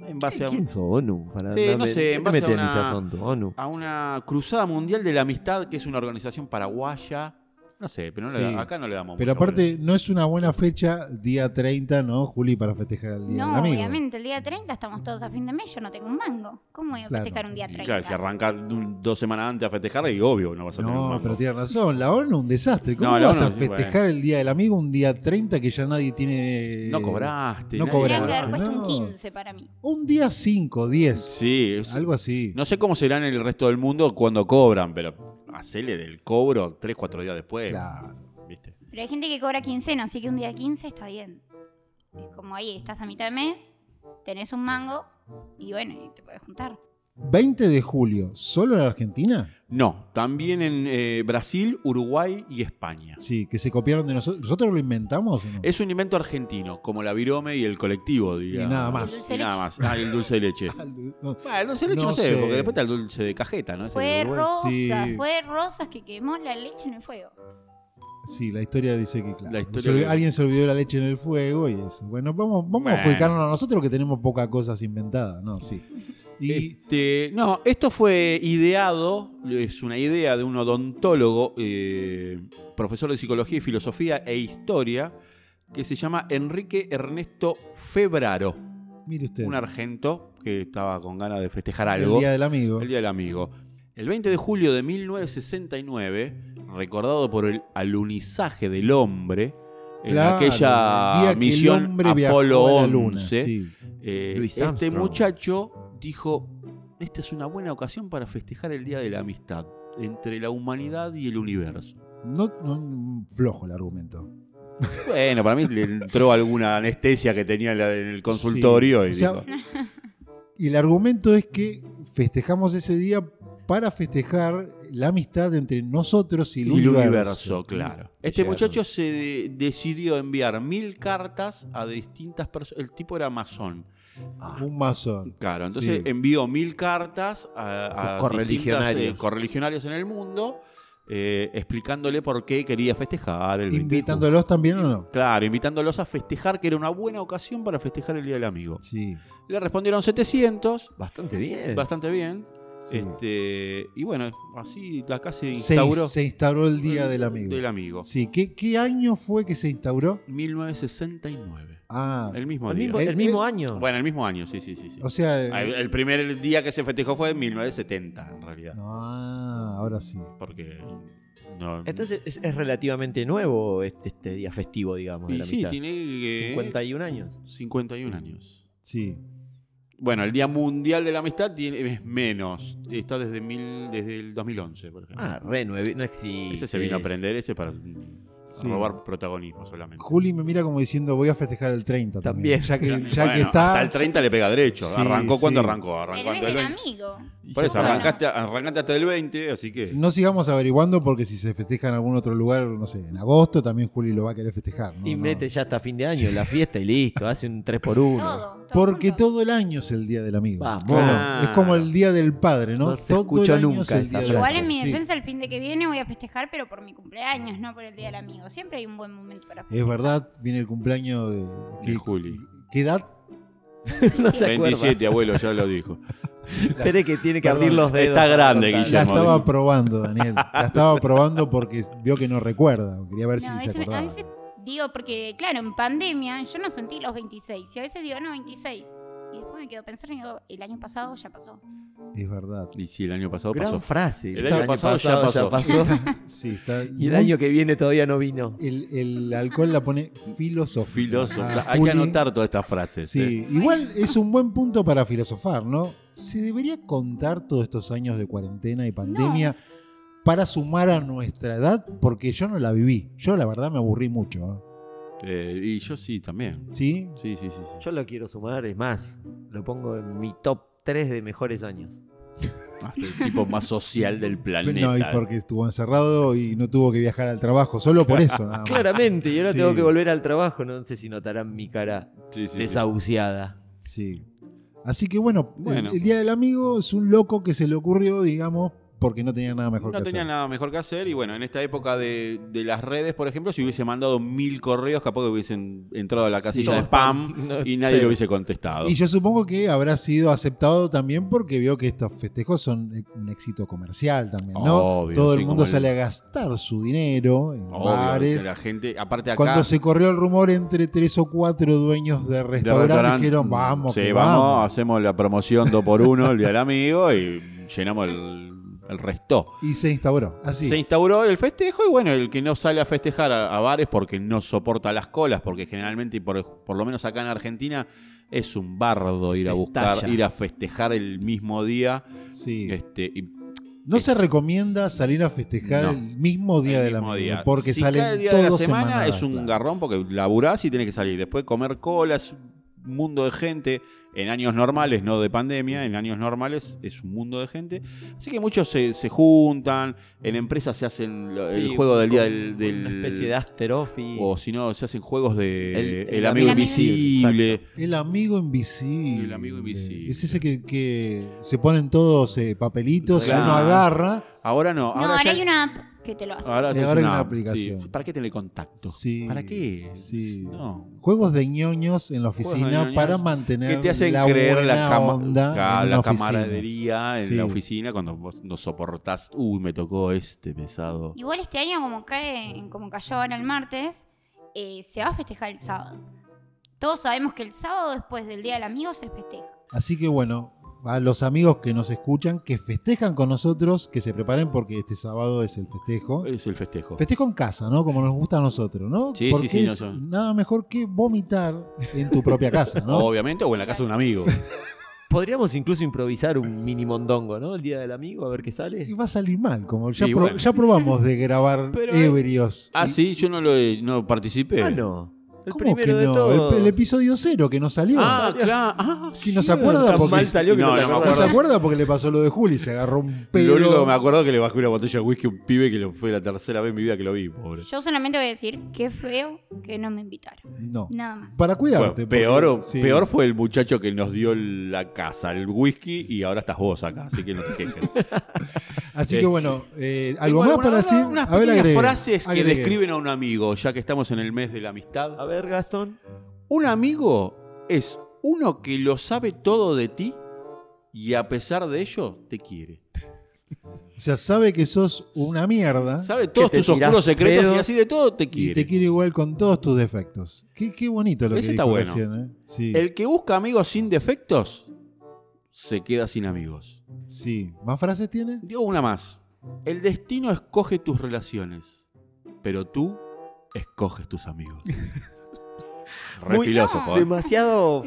Speaker 3: en base a,
Speaker 2: ¿Quién sos, ONU? Para
Speaker 3: Sí, no sé, en
Speaker 2: me
Speaker 3: base a
Speaker 2: metes en
Speaker 3: una-
Speaker 2: mis asuntos, ONU.
Speaker 3: a una Cruzada Mundial de la Amistad, que es una organización paraguaya. No sé, pero no le
Speaker 1: Sí.
Speaker 3: da- acá no le damos
Speaker 1: Pero
Speaker 3: mucha
Speaker 1: aparte, no es una buena fecha, día 30, ¿no, Juli, para festejar el día
Speaker 4: No,
Speaker 1: del amigo?
Speaker 4: obviamente, el día 30 estamos todos a fin de mes, yo no tengo un mango. ¿Cómo voy a
Speaker 1: Claro.
Speaker 4: festejar un día
Speaker 3: bola. Y
Speaker 4: 30?
Speaker 3: claro, si arranca un- dos semanas antes a festejar, y obvio, no vas a tener un
Speaker 1: No,
Speaker 3: mango.
Speaker 1: pero tienes razón, la ONU un desastre. ¿Cómo
Speaker 3: No, la
Speaker 1: vas a
Speaker 3: ONU, sí,
Speaker 1: festejar el día del amigo un día 30 que ya nadie tiene.
Speaker 3: No cobraste.
Speaker 1: no
Speaker 3: nadie
Speaker 4: Tendrían
Speaker 1: cobraste,
Speaker 4: que
Speaker 3: cobró.
Speaker 4: haber puesto
Speaker 1: no.
Speaker 4: un 15 para mí.
Speaker 1: Un día 5, 10,
Speaker 3: Sí, es-
Speaker 1: algo así.
Speaker 3: no sé cómo será en el resto del mundo cuando cobran, pero hacele del cobro 3, 4 días después.
Speaker 1: Claro.
Speaker 3: ¿viste?
Speaker 4: Pero hay gente que cobra quincena, así que un día 15 está bien. Es como ahí, estás a mitad de mes, tenés un mango y bueno, y te puedes juntar.
Speaker 1: 20 de julio, ¿solo en Argentina?
Speaker 3: No, también en eh, Brasil, Uruguay y España.
Speaker 1: Sí, que se copiaron de nosotros. ¿Nosotros lo inventamos o no?
Speaker 3: Es un invento argentino, como la virome y el colectivo, digamos.
Speaker 1: nada más.
Speaker 4: El dulce de
Speaker 3: Y nada
Speaker 4: leche.
Speaker 3: más. Ah, y el dulce de leche.
Speaker 1: Ah, no.
Speaker 3: Ah, el dulce de leche
Speaker 1: No
Speaker 3: no, sé,
Speaker 1: sé.
Speaker 3: porque después está el dulce de cajeta, ¿no? Ese de
Speaker 4: Fue
Speaker 3: Uruguay.
Speaker 4: Rosas,
Speaker 1: sí.
Speaker 4: fue Rosas que quemó la leche en el fuego.
Speaker 1: Sí, la historia dice que, claro,
Speaker 3: La historia
Speaker 1: se olvi-
Speaker 3: que-
Speaker 1: alguien se olvidó la leche en el fuego y eso. Bueno, vamos, vamos
Speaker 3: Bueno.
Speaker 1: a adjudicarnos a nosotros que tenemos pocas cosas inventadas, ¿no? Sí. Y
Speaker 3: Este, no, esto fue ideado, es una idea de un odontólogo, eh, profesor de psicología y filosofía e historia, que se llama Enrique Ernesto Febraro,
Speaker 1: mire usted,
Speaker 3: un argento que estaba con ganas de festejar
Speaker 1: el
Speaker 3: algo.
Speaker 1: Día del Amigo.
Speaker 3: El Día del Amigo. El 20 de julio de 1969, recordado por el alunizaje del hombre en
Speaker 1: Claro, el
Speaker 3: aquella
Speaker 1: día que el
Speaker 3: misión
Speaker 1: hombre viajó
Speaker 3: Apolo
Speaker 1: a la luna,
Speaker 3: 11,
Speaker 1: sí.
Speaker 3: eh,
Speaker 2: Louis
Speaker 3: este
Speaker 2: Armstrong.
Speaker 3: muchacho dijo, esta es una buena ocasión para festejar el Día de la Amistad entre la humanidad y el universo.
Speaker 1: No, no- flojo el argumento.
Speaker 3: Bueno, para mí le entró alguna anestesia que tenía en la- en el consultorio
Speaker 1: Sí,
Speaker 3: y
Speaker 1: o sea,
Speaker 3: dijo,
Speaker 1: Y el argumento es que festejamos ese día para festejar la amistad entre nosotros y el,
Speaker 3: Y el
Speaker 1: universo. Mm.
Speaker 3: universo, claro. Este
Speaker 2: Cierto.
Speaker 3: muchacho se de- decidió enviar mil cartas a distintas personas. El tipo era masón.
Speaker 1: Un masón.
Speaker 3: Claro,
Speaker 1: Sí.
Speaker 3: entonces envió mil cartas a, a
Speaker 2: Sus correligionarios.
Speaker 3: distintas, eh, correligionarios en el mundo, eh, explicándole por qué quería festejar el 20 de julio.
Speaker 1: ¿Invitándolos también o no?
Speaker 3: Claro, invitándolos a festejar, que era una buena ocasión para festejar el Día del Amigo.
Speaker 1: Sí.
Speaker 3: Le respondieron 700,
Speaker 2: Bastante bien.
Speaker 3: bastante bien.
Speaker 1: sí.
Speaker 3: Este, y bueno, así acá se
Speaker 1: Se,
Speaker 3: instauró
Speaker 1: se instauró el Día del Amigo.
Speaker 3: Del amigo.
Speaker 1: Sí, ¿qué, qué año fue que se instauró?
Speaker 3: 1969.
Speaker 1: Ah,
Speaker 3: El mismo
Speaker 2: el
Speaker 3: día.
Speaker 2: mismo,
Speaker 1: El-
Speaker 2: el mismo
Speaker 1: el-
Speaker 2: año.
Speaker 3: Bueno, el mismo año, sí, sí, sí. sí.
Speaker 1: o sea... eh,
Speaker 3: Ah, el, el primer día que se festejó fue en 1970, en realidad.
Speaker 1: Ah, ahora sí.
Speaker 3: Porque. No,
Speaker 2: Entonces es, es relativamente nuevo este, este día festivo, digamos, de
Speaker 3: y
Speaker 2: la
Speaker 3: sí,
Speaker 2: amistad.
Speaker 3: tiene eh,
Speaker 2: 51 años.
Speaker 3: 51 años.
Speaker 1: Sí.
Speaker 3: Bueno, el Día Mundial de la Amistad tiene, es menos. Está desde, mil, desde el 2011, por ejemplo.
Speaker 2: Ah, re nueve, no existe.
Speaker 3: ese se vino a aprender, ese para
Speaker 1: Sí.
Speaker 3: robar protagonismo solamente.
Speaker 1: Juli me mira como diciendo, voy a festejar el 30 también.
Speaker 2: También.
Speaker 1: Ya que, ya
Speaker 3: Bueno,
Speaker 1: que está...
Speaker 3: Hasta el 30 le pega derecho.
Speaker 1: Sí,
Speaker 3: arrancó
Speaker 1: sí.
Speaker 3: cuando arrancó. Arrancó
Speaker 4: El
Speaker 3: antes
Speaker 4: mes
Speaker 3: del
Speaker 4: del
Speaker 3: 20.
Speaker 4: amigo.
Speaker 3: Por eso,
Speaker 4: Bueno.
Speaker 3: arrancaste, arrancaste hasta el 20, así que.
Speaker 1: No sigamos averiguando porque si se festeja en algún otro lugar, no sé, en agosto también Juli lo va a querer festejar. ¿no?
Speaker 2: Y
Speaker 1: No.
Speaker 2: mete ya hasta fin de año la fiesta y listo. Hace un 3 por 1
Speaker 4: Todo. todo
Speaker 1: Porque
Speaker 4: junto.
Speaker 1: todo el año es el Día del Amigo.
Speaker 2: Vamos.
Speaker 1: Claro, es como el Día del Padre, ¿no?
Speaker 2: No se
Speaker 1: todo el
Speaker 2: escuchó
Speaker 1: año
Speaker 2: nunca
Speaker 1: es el
Speaker 2: esa
Speaker 1: Día del
Speaker 2: frase.
Speaker 4: Igual en mi
Speaker 1: Sí.
Speaker 4: defensa, el fin de que viene voy a festejar, pero por mi cumpleaños, no por el día del amigo. Siempre hay un buen momento para festejar.
Speaker 1: Es verdad, viene el cumpleaños de...
Speaker 3: De Juli.
Speaker 1: ¿Qué edad?
Speaker 2: No se acuerda.
Speaker 3: 27, abuelo, ya lo dijo.
Speaker 2: Espere que tiene que
Speaker 1: Perdón.
Speaker 2: abrir los dedos.
Speaker 3: Está
Speaker 2: para contar.
Speaker 3: grande,
Speaker 1: La
Speaker 3: Guillermo.
Speaker 1: estaba probando, Daniel. La estaba probando porque vio que no recuerda. Quería ver
Speaker 4: No,
Speaker 1: si
Speaker 4: a
Speaker 1: se
Speaker 4: veces, a
Speaker 1: acordaba.
Speaker 4: veces digo, porque claro, en pandemia yo no sentí los 26. Y a veces digo, no, 26. Y después me quedo pensando y digo, el año pasado ya pasó.
Speaker 1: Es verdad.
Speaker 3: Y sí, el año pasado
Speaker 2: Gran
Speaker 3: pasó.
Speaker 2: frase.
Speaker 3: El año pasado ya pasó.
Speaker 1: Sí, está
Speaker 2: y el
Speaker 1: muy-
Speaker 2: año que viene todavía no vino.
Speaker 1: el, el alcohol la pone filosófica.
Speaker 3: Filósofo.
Speaker 1: A
Speaker 3: Hay que
Speaker 1: Ah, Juli-
Speaker 3: anotar todas estas frases. ¿eh?
Speaker 1: Sí, igual es un buen punto para filosofar, ¿no? ¿Se debería contar todos estos años de cuarentena y pandemia para sumar a nuestra edad? Porque yo no la viví. Yo la verdad me aburrí mucho. ¿no?
Speaker 3: Eh, y yo sí también.
Speaker 1: ¿Sí?
Speaker 3: Sí, sí, sí. sí.
Speaker 2: Yo lo quiero sumar, es más, lo pongo en mi top 3 de mejores años.
Speaker 3: Ah, es el tipo más social del planeta.
Speaker 1: No, y porque estuvo encerrado y no tuvo que viajar al trabajo, solo por eso, nada más.
Speaker 2: Claramente, y ahora
Speaker 1: Ah, Sí.
Speaker 2: tengo que volver al trabajo. No sé si notarán mi cara
Speaker 3: Sí, sí, sí.
Speaker 2: desahuciada.
Speaker 1: Sí. Así que bueno, el-
Speaker 3: Bueno.
Speaker 1: El, Día del Amigo es un loco que se le ocurrió, digamos, porque no tenía nada mejor
Speaker 3: no
Speaker 1: que
Speaker 3: tenía
Speaker 1: hacer.
Speaker 3: nada mejor que hacer y bueno, en esta época de, de las redes, por ejemplo, si hubiese mandado mil correos, capaz que hubiesen entrado a la
Speaker 1: Sí.
Speaker 3: casilla de
Speaker 1: Todos
Speaker 3: spam
Speaker 2: no
Speaker 3: y nadie
Speaker 2: sé.
Speaker 3: lo hubiese contestado.
Speaker 1: Y yo supongo que habrá sido aceptado también porque vio que estos festejos son e- un éxito comercial también, ¿no?
Speaker 3: Obvio,
Speaker 1: Todo el
Speaker 3: sí,
Speaker 1: mundo
Speaker 3: como el-
Speaker 1: sale a gastar su dinero en
Speaker 3: Obvio,
Speaker 1: bares.
Speaker 3: que la gente, aparte acá,
Speaker 1: Cuando se corrió el rumor entre tres o cuatro dueños de
Speaker 3: de
Speaker 1: restaurantes
Speaker 3: restaurante,
Speaker 1: dijeron, vamos,
Speaker 3: sí,
Speaker 1: que
Speaker 3: vamos,
Speaker 1: vamos.
Speaker 3: hacemos la promoción 2 por 1 el día del amigo y llenamos el, el resto.
Speaker 1: Y se instauró, así.
Speaker 3: Se instauró el festejo y bueno, el que no sale a festejar a, a bares porque no soporta las colas, porque generalmente, y por, por lo menos acá en Argentina, es un bardo ir
Speaker 2: Se
Speaker 3: a buscar,
Speaker 2: estalla.
Speaker 3: ir a festejar el mismo día.
Speaker 1: sí.
Speaker 3: Este, y
Speaker 1: No se recomienda salir a festejar
Speaker 3: Este. No.
Speaker 1: el mismo día
Speaker 3: el
Speaker 1: del
Speaker 3: mismo
Speaker 1: amigo,
Speaker 3: día.
Speaker 1: porque
Speaker 3: si
Speaker 1: sale
Speaker 3: cae el día de la semana es un garrón porque laburás y tenés que salir. Después comer colas, un mundo de gente. En años normales, no de pandemia, en años normales es un mundo de gente. Así que muchos se, se juntan, en empresas se hacen lo- el
Speaker 2: Sí,
Speaker 3: juego del día
Speaker 2: con
Speaker 3: del...
Speaker 2: Una
Speaker 1: Eh,
Speaker 3: del-
Speaker 2: especie de after office.
Speaker 3: o si no, se hacen juegos de
Speaker 2: El-
Speaker 3: El,
Speaker 2: el
Speaker 3: amigo
Speaker 4: amigo
Speaker 3: invisible.
Speaker 2: invisible,
Speaker 1: El amigo invisible.
Speaker 3: El amigo invisible.
Speaker 1: Es ese que, que se ponen todos eh, papelitos,
Speaker 3: Claro.
Speaker 1: uno agarra.
Speaker 3: Ahora no.
Speaker 4: No, ahora,
Speaker 3: ya-
Speaker 4: hay una app que te lo hace.
Speaker 3: ahora
Speaker 1: Sí,
Speaker 3: es
Speaker 1: ahora hay
Speaker 3: una
Speaker 1: una
Speaker 3: app, sí.
Speaker 1: aplicación.
Speaker 3: ¿Para qué tener contacto?
Speaker 1: Sí,
Speaker 3: ¿Para qué?
Speaker 1: sí.
Speaker 3: No.
Speaker 1: Juegos de ñoños en la
Speaker 3: Juegos de
Speaker 1: oficina
Speaker 3: ñoños
Speaker 1: para mantener
Speaker 3: que te hacen
Speaker 1: la
Speaker 3: creer la,
Speaker 1: buena
Speaker 3: cama-
Speaker 1: onda
Speaker 3: ca-
Speaker 1: en una
Speaker 3: la
Speaker 1: oficina.
Speaker 3: camaradería en
Speaker 1: Sí.
Speaker 3: la oficina cuando vos no soportás. Uy, me tocó este pesado.
Speaker 4: Igual este año, como, cae, como cayó ahora el martes, eh, se va a festejar el sábado. Todos sabemos que el sábado después del Día del Amigo se festeja.
Speaker 1: Así que bueno, a los amigos que nos escuchan, que festejan con nosotros, que se preparen porque este sábado es el festejo.
Speaker 3: Es el festejo.
Speaker 1: Festejo en casa, ¿no? Como nos gusta a nosotros, ¿no?
Speaker 3: Eh. Sí, sí,
Speaker 1: Porque
Speaker 3: sí,
Speaker 1: es
Speaker 3: nosotros.
Speaker 1: nada mejor que vomitar en tu propia casa, ¿no?
Speaker 3: Obviamente, o en la casa de un amigo.
Speaker 2: Podríamos incluso improvisar un mini mondongo, ¿no? El día del amigo, a ver qué
Speaker 1: Y
Speaker 2: sale.
Speaker 1: va a salir mal, como ya,
Speaker 3: Y
Speaker 1: pro-
Speaker 3: bueno.
Speaker 1: ya probamos de grabar
Speaker 3: Pero, eh,
Speaker 1: ebrios.
Speaker 3: ah,
Speaker 1: Y-
Speaker 3: sí, yo no, lo, he- no participé.
Speaker 2: Ah, no. El
Speaker 1: ¿Cómo que
Speaker 2: primero de
Speaker 1: no?
Speaker 2: todos.
Speaker 1: El, el episodio cero que no salió.
Speaker 3: Ah, claro. Ah,
Speaker 1: ¿Quién no se
Speaker 2: Tan
Speaker 1: acuerda? Porque,
Speaker 2: mal salió que
Speaker 3: No,
Speaker 2: no, te
Speaker 3: no me
Speaker 1: ¿No
Speaker 2: acordás.
Speaker 1: se
Speaker 3: acuerdo.
Speaker 1: acuerda? Porque le pasó lo de Juli, se agarró un pedo.
Speaker 3: Lo único que me acuerdo es que le bajé una botella de whisky a un pibe que lo fue la tercera vez en mi vida que lo vi, pobre.
Speaker 4: Yo solamente voy a decir que feo que no me invitaron.
Speaker 1: No.
Speaker 4: Nada más.
Speaker 1: Para
Speaker 3: Bueno,
Speaker 1: cuidarte.
Speaker 3: peor,
Speaker 1: porque- sí.
Speaker 3: peor fue el muchacho que nos dio la casa, el whisky, y ahora estás vos acá, así que no te quejes.
Speaker 1: Así
Speaker 3: Sí.
Speaker 1: que bueno, eh, algo
Speaker 3: Tengo
Speaker 1: más
Speaker 3: alguna-
Speaker 1: para decir.
Speaker 3: Unas
Speaker 1: a ver,
Speaker 3: pequeñas
Speaker 1: agregue,
Speaker 3: frases que
Speaker 1: agregue.
Speaker 3: describen a un amigo, ya que estamos en el mes de la amistad.
Speaker 2: A ver, Gastón.
Speaker 3: Un amigo es uno que lo sabe todo de ti y a pesar de ello te quiere.
Speaker 1: O sea, sabe que sos una mierda.
Speaker 3: Sabe todos
Speaker 2: te
Speaker 3: tus
Speaker 2: tirás
Speaker 3: oscuros secretos y
Speaker 2: pedos.
Speaker 3: así de todo te quiere.
Speaker 1: Y te quiere igual con todos tus defectos. Qué, qué bonito lo
Speaker 3: Ese
Speaker 1: que
Speaker 3: está
Speaker 1: dijo
Speaker 3: bueno.
Speaker 1: recién, ¿eh? Sí,
Speaker 3: El que busca amigos sin defectos se queda sin amigos.
Speaker 1: sí. ¿Más frases tiene?
Speaker 3: Digo una más. El destino escoge tus relaciones, pero tú escoges tus amigos. Re
Speaker 2: Muy-
Speaker 3: filósofo, ¿eh?
Speaker 2: Demasiado.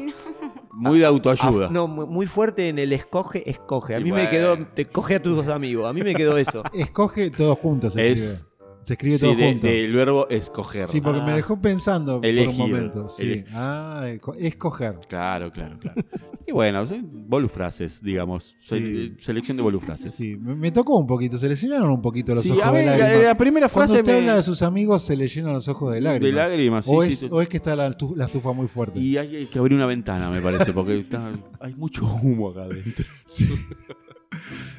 Speaker 3: muy de autoayuda.
Speaker 1: Ah,
Speaker 2: af- no, mu- muy fuerte en el escoge, escoge. A
Speaker 3: Y
Speaker 2: mí
Speaker 3: bueno.
Speaker 2: me quedó. Te coge a tus amigos. A mí me quedó eso.
Speaker 1: Escoge todos juntos. Se
Speaker 3: Es-
Speaker 1: escribe, se escribe
Speaker 3: Sí,
Speaker 1: todo
Speaker 3: de-
Speaker 1: junto.
Speaker 3: del verbo escoger.
Speaker 1: Sí, porque
Speaker 2: Ah.
Speaker 1: me dejó pensando
Speaker 3: Elegir.
Speaker 1: por un momento. Sí.
Speaker 3: Elegir.
Speaker 1: Ah, esco- escoger.
Speaker 3: Claro, claro, claro. Y bueno, sí, bolufrases, digamos. Se- eh,
Speaker 1: Sí.
Speaker 3: Selección de bolufrases.
Speaker 1: Sí, me, me tocó un poquito, se le llenaron un poquito los
Speaker 3: Sí,
Speaker 1: ojos
Speaker 3: a
Speaker 1: de
Speaker 3: ver, la,
Speaker 1: lágrimas.
Speaker 3: la primera
Speaker 1: Cuando
Speaker 3: frase
Speaker 1: usted
Speaker 3: me-
Speaker 1: habla de sus amigos, se le llenan los ojos de lágrimas.
Speaker 3: de lágrimas. sí,
Speaker 1: o,
Speaker 3: sí,
Speaker 1: es,
Speaker 3: sí.
Speaker 1: o es que está la estu- la estufa muy fuerte.
Speaker 3: Y hay, hay que abrir una ventana, me parece, porque está- hay mucho humo acá adentro.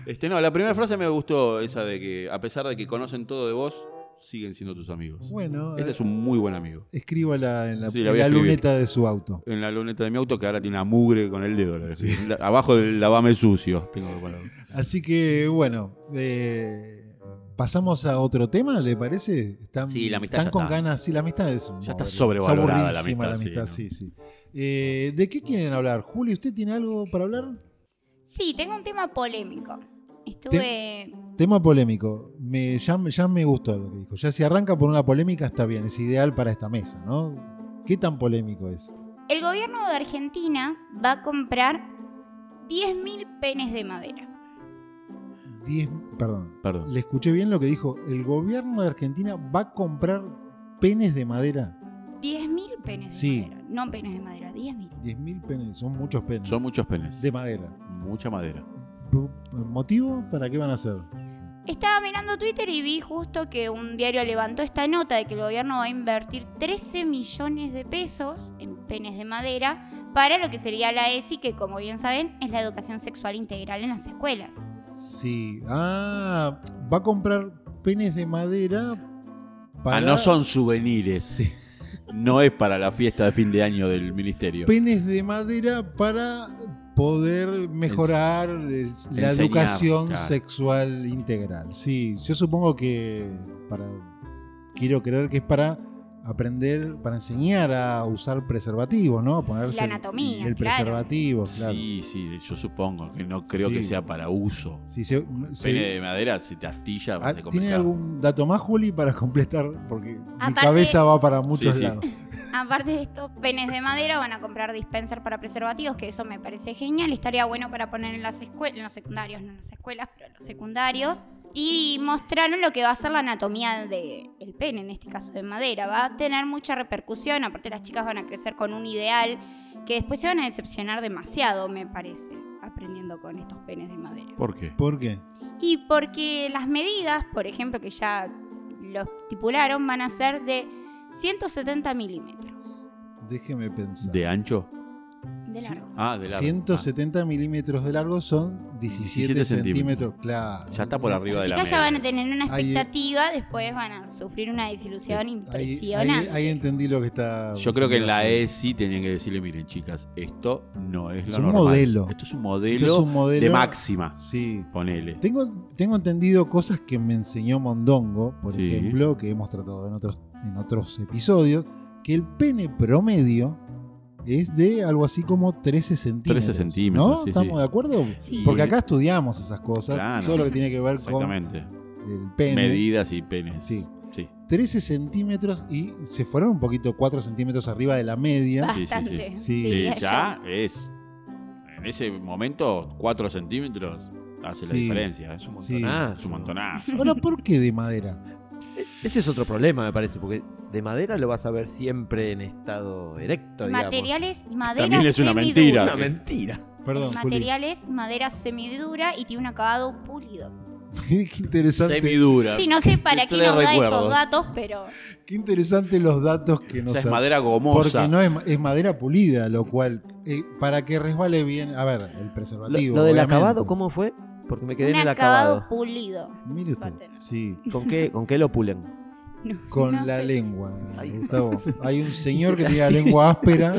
Speaker 3: Este, no, la primera frase me gustó, esa de que a pesar de que conocen todo de vos, siguen siendo tus amigos.
Speaker 1: Bueno,
Speaker 3: Ese
Speaker 1: eh,
Speaker 3: es un muy buen amigo.
Speaker 1: escríbala en la,
Speaker 3: Sí, la
Speaker 1: en
Speaker 3: voy a
Speaker 1: la
Speaker 3: escribir.
Speaker 1: luneta de su auto.
Speaker 3: En la luneta de mi auto que ahora tiene una mugre con el dedo. la- la- abajo del lavame sucio. Tengo que ponerlo.
Speaker 1: Así que, bueno, eh, pasamos a otro tema, ¿le parece? Están,
Speaker 3: Sí, la amistad
Speaker 1: están
Speaker 3: ya
Speaker 1: con
Speaker 3: está.
Speaker 1: ganas. Sí, la amistad es un
Speaker 3: Ya está
Speaker 1: bodrio. Es
Speaker 3: sobrevalorada la
Speaker 1: aburridísima
Speaker 3: amistad, sí,
Speaker 1: sí, sí. Eh, ¿De qué quieren hablar? Juli, ¿usted tiene algo para hablar?
Speaker 4: Sí, tengo un tema polémico. Estuve.
Speaker 1: Tema polémico. Me, ya, ya me gustó lo que dijo. Ya si arranca por una polémica está bien, es ideal para esta mesa, ¿no? ¿Qué tan polémico es?
Speaker 4: El gobierno de Argentina va a comprar 10.000 penes de madera.
Speaker 1: Diez, perdón.
Speaker 3: Perdón.
Speaker 1: ¿Le escuché bien lo que dijo? ¿El gobierno de Argentina va a comprar penes de madera?
Speaker 4: 10.000 penes
Speaker 1: Sí.
Speaker 4: de madera. No penes de madera, 10.000.
Speaker 1: 10.000 penes, son muchos penes.
Speaker 3: Son muchos penes.
Speaker 1: De madera.
Speaker 3: Mucha madera.
Speaker 1: pu- motivo? ¿Para qué van a hacer?
Speaker 4: Estaba mirando Twitter y vi justo que un diario levantó esta nota de que el gobierno va a invertir 13 millones de pesos en penes de madera para lo que sería la ESI, que como bien saben es la educación sexual integral en las escuelas.
Speaker 1: Sí. Ah, va a comprar penes de madera para.
Speaker 3: Ah, no son souvenirs.
Speaker 1: Sí.
Speaker 3: No es para la fiesta de fin de año del ministerio.
Speaker 1: Penes de madera para poder mejorar eh, la
Speaker 3: enseñar,
Speaker 1: educación
Speaker 3: claro.
Speaker 1: sexual integral. Sí, yo supongo que para. Quiero creer que es para aprender, para enseñar a usar preservativos, ¿no? A ponerse el-
Speaker 4: anatomía,
Speaker 1: el
Speaker 4: claro.
Speaker 1: preservativo, claro.
Speaker 3: Sí, sí, yo supongo que no creo
Speaker 1: Sí.
Speaker 3: que sea para uso.
Speaker 1: Si se- se-
Speaker 3: Pene de madera, si te astilla, va a
Speaker 1: Ah,
Speaker 3: ser
Speaker 1: ¿Tiene
Speaker 3: complicado.
Speaker 1: algún dato más, Juli, para completar? Porque mi
Speaker 4: Aparte-
Speaker 1: cabeza va para muchos
Speaker 3: Sí, sí.
Speaker 1: lados.
Speaker 4: Aparte de estos penes de madera van a comprar dispenser para preservativos, que eso me parece genial. Estaría bueno para poner en las escuelas, en los secundarios, no en las escuelas, pero en los secundarios. Y mostraron lo que va a ser la anatomía del pene, en este caso de madera. Va a tener mucha repercusión, aparte las chicas van a crecer con un ideal que después se van a decepcionar demasiado, me parece, aprendiendo con estos penes de madera.
Speaker 3: ¿Por qué?
Speaker 1: ¿Por qué?
Speaker 4: Y porque las medidas, por ejemplo, que ya lo estipularon, van a ser de 170 milímetros.
Speaker 1: Déjeme pensar.
Speaker 3: ¿De ancho?
Speaker 4: De
Speaker 1: Sí.
Speaker 4: largo.
Speaker 3: Ah, de largo. Ah.
Speaker 1: 117 milímetros de largo son 17,
Speaker 3: 17
Speaker 1: centímetros, claro.
Speaker 3: Ah, ya está por arriba
Speaker 4: Las
Speaker 3: de la
Speaker 4: chicas ya
Speaker 3: media.
Speaker 4: van a tener una
Speaker 1: Ahí- eh,
Speaker 4: expectativa, después van a sufrir una desilusión
Speaker 1: Ahí,
Speaker 4: impresionante.
Speaker 1: ahí- ahí entendí lo que está.
Speaker 3: Ah. Yo creo que en la E
Speaker 1: diciendo
Speaker 3: ESI tenían que decirle, miren chicas, esto no es,
Speaker 1: Es
Speaker 3: lo
Speaker 1: un
Speaker 3: normal.
Speaker 1: modelo.
Speaker 3: Esto es un modelo,
Speaker 1: Este es un modelo-
Speaker 3: de máxima,
Speaker 1: Sí.
Speaker 3: ponele.
Speaker 1: Tengo, tengo entendido cosas que me enseñó Mondongo, por
Speaker 3: Sí.
Speaker 1: ejemplo, que hemos tratado en otros, en otros episodios, que el pene promedio es de algo así como 13 centímetros.
Speaker 3: 13 centímetros,
Speaker 1: ¿No?
Speaker 3: sí,
Speaker 1: ¿Estamos
Speaker 3: sí.
Speaker 1: de acuerdo?
Speaker 4: Sí.
Speaker 1: Porque acá estudiamos esas cosas,
Speaker 3: Claro.
Speaker 1: todo lo que tiene que ver con
Speaker 3: Exactamente.
Speaker 1: el pene.
Speaker 3: Medidas y penes.
Speaker 1: Sí.
Speaker 3: Sí.
Speaker 1: 13 centímetros y se fueron un poquito 4 centímetros arriba de la media.
Speaker 3: sí,
Speaker 4: Ah.
Speaker 3: sí.
Speaker 4: Bastante.
Speaker 1: Sí,
Speaker 3: Sí,
Speaker 4: diría
Speaker 3: ya es. En ese momento, 4 centímetros hace
Speaker 1: Sí.
Speaker 3: la diferencia. ¿eh?
Speaker 1: Sí.
Speaker 2: Montonazo.
Speaker 3: Es un montonazo.
Speaker 1: Ahora, ¿por qué de madera?
Speaker 2: eh, Ese es otro problema, me parece, porque de madera lo vas a ver siempre en estado erecto,
Speaker 4: yo.
Speaker 2: digamos.
Speaker 4: Materiales madera
Speaker 3: pues. También es una mentira.
Speaker 2: Una mentira.
Speaker 1: Perdón, Juli.
Speaker 4: Materiales madera semidura y tiene un acabado pulido.
Speaker 1: Qué interesante.
Speaker 3: Semidura.
Speaker 4: Sí, no sé para
Speaker 3: Te
Speaker 4: qué
Speaker 3: le
Speaker 4: nos da
Speaker 3: recuerdo.
Speaker 4: esos datos, pero
Speaker 1: Qué interesante los datos que
Speaker 3: O
Speaker 1: nos
Speaker 3: sea, es
Speaker 1: ha-
Speaker 3: madera gomosa.
Speaker 1: Porque no es, ma- es madera pulida, lo cual, eh, para que resbale bien, a ver, el
Speaker 2: Lo,
Speaker 1: preservativo.
Speaker 2: lo del
Speaker 1: obviamente.
Speaker 2: acabado, ¿cómo fue? Porque me quedé
Speaker 4: un
Speaker 2: en el
Speaker 4: acabado,
Speaker 2: acabado.
Speaker 4: pulido.
Speaker 1: Mire usted,
Speaker 4: Va a tener.
Speaker 1: sí,
Speaker 2: ¿Con qué, ¿Con qué lo pulen?
Speaker 4: No,
Speaker 1: con
Speaker 4: no
Speaker 1: la
Speaker 4: sé.
Speaker 1: lengua,
Speaker 2: Ay.
Speaker 1: Gustavo. Hay un señor que tiene la lengua áspera,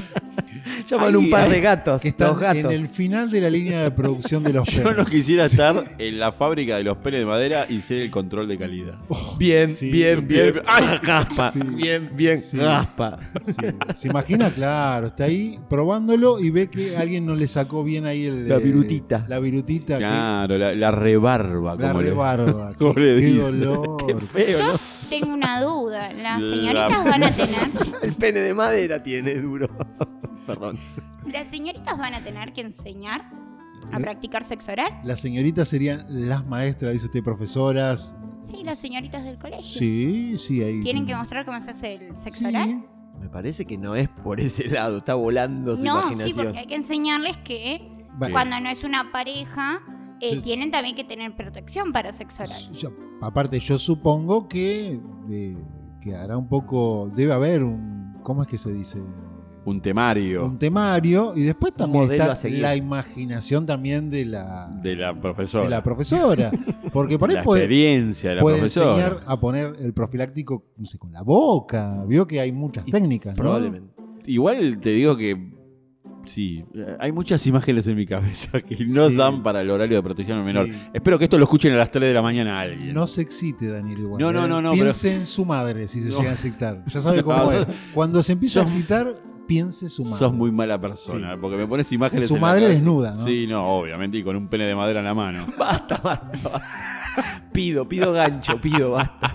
Speaker 2: Llaman
Speaker 3: Ahí,
Speaker 2: un par
Speaker 3: ahí,
Speaker 2: de gatos,
Speaker 1: que está
Speaker 2: dos gatos.
Speaker 1: en el final de la línea de producción de los
Speaker 3: Yo no
Speaker 1: perros.
Speaker 3: quisiera estar en la fábrica de los penes de madera y ser el control de calidad.
Speaker 2: Bien,
Speaker 1: Sí.
Speaker 2: bien, bien. ¡Ah, caspa!
Speaker 1: Sí.
Speaker 2: Bien, bien,
Speaker 1: Sí.
Speaker 2: caspa.
Speaker 1: Sí, Se imagina, claro, está ahí probándolo y ve que alguien no le sacó bien ahí el,
Speaker 2: La
Speaker 1: eh,
Speaker 2: virutita.
Speaker 1: la virutita, que-
Speaker 3: Claro, la, la rebarba,
Speaker 1: la
Speaker 3: como le-
Speaker 1: rebarba.
Speaker 3: cómo
Speaker 1: qué,
Speaker 3: le
Speaker 1: qué
Speaker 3: dicen.
Speaker 1: dolor.
Speaker 2: Feo, ¿no?
Speaker 4: Tengo una duda. Las
Speaker 3: La-
Speaker 4: señoritas van a tener,
Speaker 2: El pene de madera tiene duro. Perdón.
Speaker 4: las señoritas van a tener que enseñar
Speaker 1: ¿Eh?
Speaker 4: a practicar sexo oral.
Speaker 1: Las señoritas serían las maestras, dice usted, profesoras.
Speaker 4: Sí, las señoritas del colegio.
Speaker 1: Sí, sí, ahí.
Speaker 4: Tienen que mostrar cómo se hace el sexo
Speaker 1: Sí.
Speaker 4: oral.
Speaker 2: Me parece que no es por ese lado, está volando su
Speaker 4: No, sí,
Speaker 2: imaginación.
Speaker 4: porque hay que enseñarles que
Speaker 1: Vale.
Speaker 4: cuando no es una pareja, eh,
Speaker 1: Sí.
Speaker 4: tienen también que tener protección para sexo oral.
Speaker 1: Yo- aparte, yo supongo que, eh, que hará un poco. Debe haber un. ¿Cómo es que se dice?
Speaker 3: Un temario
Speaker 1: Un temario. Y después también
Speaker 2: modelo
Speaker 1: está
Speaker 2: a seguir.
Speaker 1: la imaginación también de la,
Speaker 3: de la profesora.
Speaker 1: de la profesora. Porque por ahí
Speaker 3: La
Speaker 1: puede,
Speaker 3: experiencia de la
Speaker 1: puede
Speaker 3: profesora.
Speaker 1: enseñar a poner el profiláctico no sé, con la boca. Vio que hay muchas
Speaker 2: Y
Speaker 1: técnicas, ¿no?
Speaker 2: Probablemente.
Speaker 3: Igual te digo que sí, hay muchas imágenes en mi cabeza que no
Speaker 1: Sí.
Speaker 3: dan para el horario de protección al menor.
Speaker 1: Sí.
Speaker 3: Espero que esto lo escuchen a las 3 de la mañana a alguien.
Speaker 1: No se excite, Daniel. Igual,
Speaker 3: No,
Speaker 1: ¿eh?
Speaker 3: no, no, no,
Speaker 1: Piense en su madre si se
Speaker 3: No.
Speaker 1: llega a excitar. Ya sabe cómo
Speaker 3: No,
Speaker 1: es.
Speaker 3: sos-
Speaker 1: Cuando se empieza
Speaker 3: sos-
Speaker 1: a excitar, piense en su madre.
Speaker 3: Sos muy mala persona, porque me pones imágenes.
Speaker 1: Su
Speaker 3: en la
Speaker 1: madre
Speaker 3: cabeza.
Speaker 1: desnuda, ¿no?
Speaker 3: Sí, no, obviamente, y con un pene de madera en la mano.
Speaker 2: Basta, basta. basta. Pido, pido gancho, pido, basta.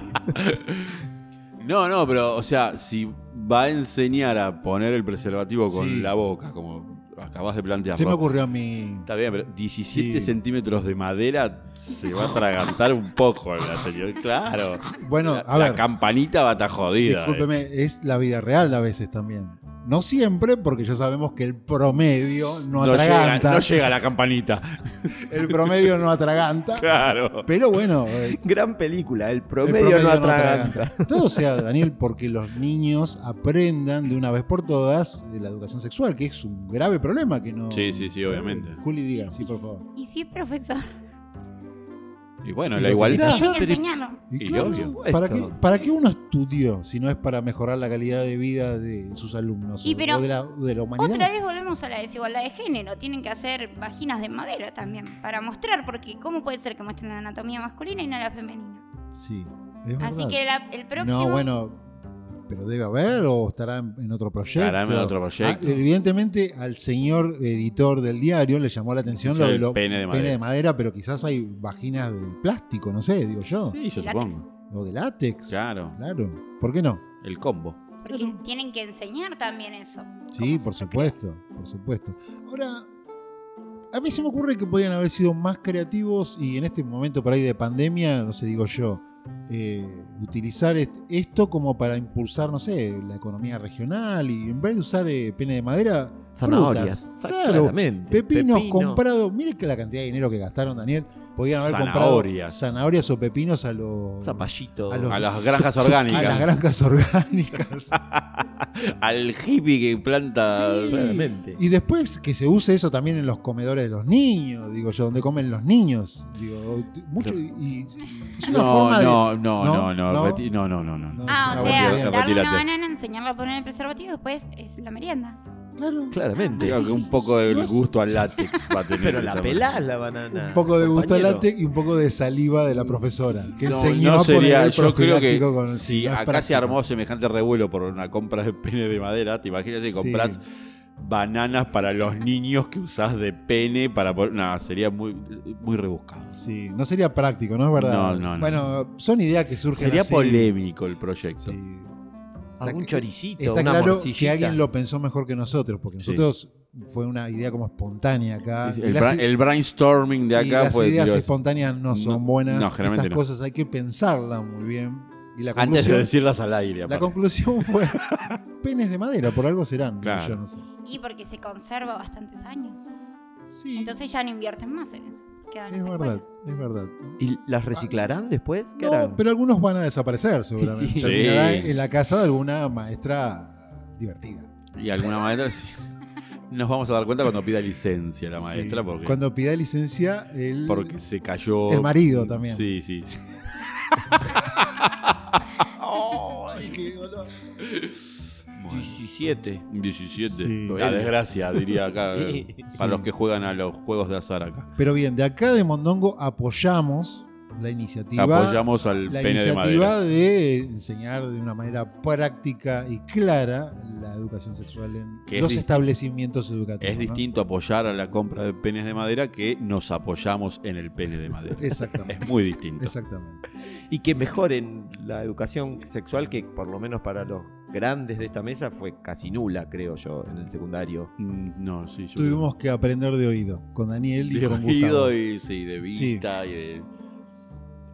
Speaker 3: No, no, pero, o sea, si va a enseñar a poner el preservativo con
Speaker 1: Sí.
Speaker 3: la boca, como acabas de plantear.
Speaker 1: Se me ocurrió a mí.
Speaker 3: Está bien, pero 17
Speaker 1: Sí.
Speaker 3: centímetros de madera se va a atragantar un poco la señora. Claro.
Speaker 1: Bueno,
Speaker 3: La-
Speaker 1: a
Speaker 3: la
Speaker 1: ver,
Speaker 3: campanita va a estar jodida. eh.
Speaker 1: discúlpeme, es la vida real a veces también. No siempre, porque ya sabemos que el promedio no,
Speaker 3: llega,
Speaker 1: atraganta.
Speaker 3: no llega la campanita.
Speaker 1: el promedio no atraganta.
Speaker 3: Claro.
Speaker 1: Pero bueno, eh,
Speaker 2: Gran película, el
Speaker 1: el
Speaker 2: promedio,
Speaker 1: promedio
Speaker 2: no
Speaker 1: no
Speaker 2: atraganta.
Speaker 1: atraganta. Todo sea, Daniel, porque los niños aprendan de una vez por todas de la educación sexual, que es un grave problema que no. eh,
Speaker 3: Sí, sí, sí, obviamente.
Speaker 1: Juli, diga, sí, por favor.
Speaker 4: Y sí, profesor.
Speaker 3: Y bueno,
Speaker 1: Y
Speaker 3: la
Speaker 1: lo
Speaker 3: igualdad.
Speaker 1: tenés
Speaker 4: Hay que
Speaker 1: Pero-
Speaker 4: enseñarlo.
Speaker 1: Y
Speaker 3: Y
Speaker 1: claro,
Speaker 2: obvio.
Speaker 1: ¿para qué, ¿para qué uno estudió si no es para mejorar la calidad de vida de sus alumnos
Speaker 4: Y
Speaker 1: o,
Speaker 4: pero-
Speaker 1: o de la, o de la humanidad?
Speaker 4: Otra vez volvemos a la desigualdad de género. Tienen que hacer vaginas de madera también para mostrar, porque ¿cómo puede ser que muestren la anatomía masculina y no la femenina?
Speaker 1: Sí, es
Speaker 4: Así
Speaker 1: verdad.
Speaker 4: que la- el próximo.
Speaker 1: No, bueno, pero debe haber o estará en, en otro proyecto.
Speaker 3: Estará en otro proyecto.
Speaker 1: Ah, evidentemente al señor editor del diario le llamó la atención lo
Speaker 3: El
Speaker 1: de los
Speaker 3: pene de madera.
Speaker 1: pero quizás hay vaginas de plástico, no sé, digo yo,
Speaker 3: Sí, yo
Speaker 4: látex.
Speaker 3: supongo.
Speaker 1: o de látex.
Speaker 3: Claro,
Speaker 1: Claro, ¿por qué no?
Speaker 3: el combo.
Speaker 4: Porque tienen que enseñar también eso.
Speaker 1: Sí,
Speaker 4: Cómo
Speaker 1: por
Speaker 4: se
Speaker 1: supuesto, por supuesto. Ahora, a mí se me ocurre que podían haber sido más creativos y en este momento por ahí de pandemia, no sé, digo yo, eh, utilizar est- esto como para impulsar, no sé, la economía regional y en vez de usar eh, pene de madera,
Speaker 2: Zanahorias.
Speaker 1: frutas.
Speaker 2: sa-
Speaker 1: Claro,
Speaker 2: claramente.
Speaker 1: pepinos
Speaker 2: Pepino.
Speaker 1: comprados. Mire que la cantidad de dinero que gastaron, Daniel. Podían haber comprado
Speaker 3: Zanahorias.
Speaker 1: zanahorias o pepinos a los...
Speaker 2: Zapallito.
Speaker 1: A los-
Speaker 3: A las granjas orgánicas.
Speaker 1: A las granjas orgánicas.
Speaker 3: Al hippie que planta.
Speaker 1: Sí.
Speaker 2: claramente.
Speaker 1: Y después que se use eso también en los comedores de los niños, digo yo, donde comen los niños. Digo, mucho. Y, y es una
Speaker 3: no,
Speaker 1: forma de.
Speaker 3: no, no,
Speaker 1: ¿No?
Speaker 3: no, no,
Speaker 1: ¿No?
Speaker 3: reti- no, no, no, no.
Speaker 1: No,
Speaker 4: Ah,
Speaker 1: es una buena
Speaker 4: o sea,
Speaker 1: idea.
Speaker 4: darle una
Speaker 3: Retirate.
Speaker 4: banana, enseñarlo a poner el preservativo y después es la merienda.
Speaker 1: Claro.
Speaker 2: Claramente.
Speaker 3: Creo que un poco
Speaker 1: No
Speaker 3: del
Speaker 1: es-
Speaker 3: gusto al látex va a tener.
Speaker 2: Pero la
Speaker 3: esa-
Speaker 2: pelás la banana.
Speaker 1: Un poco de gusto al
Speaker 2: compañero.
Speaker 1: látex y un poco de saliva de la profesora. Que
Speaker 3: No,
Speaker 1: enseñó
Speaker 3: no
Speaker 1: a poner
Speaker 3: sería,
Speaker 1: el
Speaker 3: yo creo que
Speaker 1: profiláctico con-
Speaker 3: si
Speaker 1: no es
Speaker 3: acá se
Speaker 1: práctico.
Speaker 3: armó semejante revuelo por una compra de pene de madera, te imaginas que
Speaker 1: Sí.
Speaker 3: compras bananas para los niños que usás de pene para poner. No, sería muy, muy rebuscado.
Speaker 1: Sí, no sería práctico, ¿no es verdad?
Speaker 3: No, no, no.
Speaker 1: Bueno, son ideas que surgen.
Speaker 3: Sería
Speaker 1: así.
Speaker 3: polémico el proyecto.
Speaker 1: Sí.
Speaker 2: Algún
Speaker 1: Está-
Speaker 2: choricito,
Speaker 1: Está
Speaker 2: una
Speaker 1: claro que
Speaker 2: morcillita.
Speaker 1: alguien lo pensó mejor que nosotros, porque
Speaker 3: Sí.
Speaker 1: nosotros fue una idea como espontánea acá.
Speaker 3: Sí, sí,
Speaker 1: Ah, Y
Speaker 3: El,
Speaker 1: las-
Speaker 3: bra- el brainstorming de
Speaker 1: Y
Speaker 3: acá
Speaker 1: las
Speaker 3: fue.
Speaker 1: ideas
Speaker 3: tiró-
Speaker 1: espontáneas no son
Speaker 3: No,
Speaker 1: buenas.
Speaker 3: no, generalmente
Speaker 1: Estas
Speaker 3: no.
Speaker 1: cosas hay que pensarlas muy bien. Y la
Speaker 3: antes de
Speaker 1: conclusión,
Speaker 3: decirlas al aire.
Speaker 1: la
Speaker 3: aparte.
Speaker 1: conclusión fue penes de madera, por algo serán. digo
Speaker 3: Claro.
Speaker 1: yo no sé.
Speaker 4: Y porque se conserva bastantes años.
Speaker 1: Sí,
Speaker 4: Entonces ya no invierten más en eso. Quedan
Speaker 1: es
Speaker 4: las
Speaker 1: verdad,
Speaker 4: escuelas.
Speaker 1: es verdad.
Speaker 2: ¿Y las reciclarán después? ¿Qué
Speaker 1: No,
Speaker 2: harán?
Speaker 1: pero algunos van a desaparecer seguramente.
Speaker 2: Sí.
Speaker 1: Terminarán
Speaker 3: Sí.
Speaker 1: en la casa de alguna maestra divertida.
Speaker 3: Y alguna maestra. sí. Nos vamos a dar cuenta cuando pida licencia la maestra.
Speaker 1: Sí.
Speaker 3: Porque,
Speaker 1: Cuando pida licencia, el,
Speaker 3: porque se cayó.
Speaker 1: el marido también.
Speaker 3: Sí, sí. sí.
Speaker 1: Ay, qué dolor.
Speaker 2: 17.
Speaker 3: 17.
Speaker 1: Sí.
Speaker 3: La desgracia, diría acá.
Speaker 2: Sí.
Speaker 3: eh,
Speaker 1: Sí.
Speaker 3: Para los que juegan a los juegos de azar acá.
Speaker 1: Pero bien, de acá de Mondongo apoyamos la iniciativa.
Speaker 3: Apoyamos al
Speaker 1: la
Speaker 3: pene de madera.
Speaker 1: iniciativa de enseñar de una manera práctica y clara la educación sexual en
Speaker 3: Que es
Speaker 1: los
Speaker 3: dis-
Speaker 1: establecimientos educativos.
Speaker 3: Es
Speaker 1: ¿no?
Speaker 3: distinto apoyar a la compra de penes de madera que nos apoyamos en el pene de madera.
Speaker 1: Exactamente.
Speaker 3: Es muy distinto.
Speaker 1: Exactamente.
Speaker 2: Y que mejoren la educación sexual, que por lo menos para los grandes de esta mesa fue casi nula, creo yo, en el secundario.
Speaker 3: Mm, No, sí, yo
Speaker 1: Tuvimos que aprender de oído con Daniel y
Speaker 3: de
Speaker 1: con
Speaker 3: oído
Speaker 1: Gustavo.
Speaker 3: y sí, de
Speaker 1: Sí.
Speaker 3: vista y de.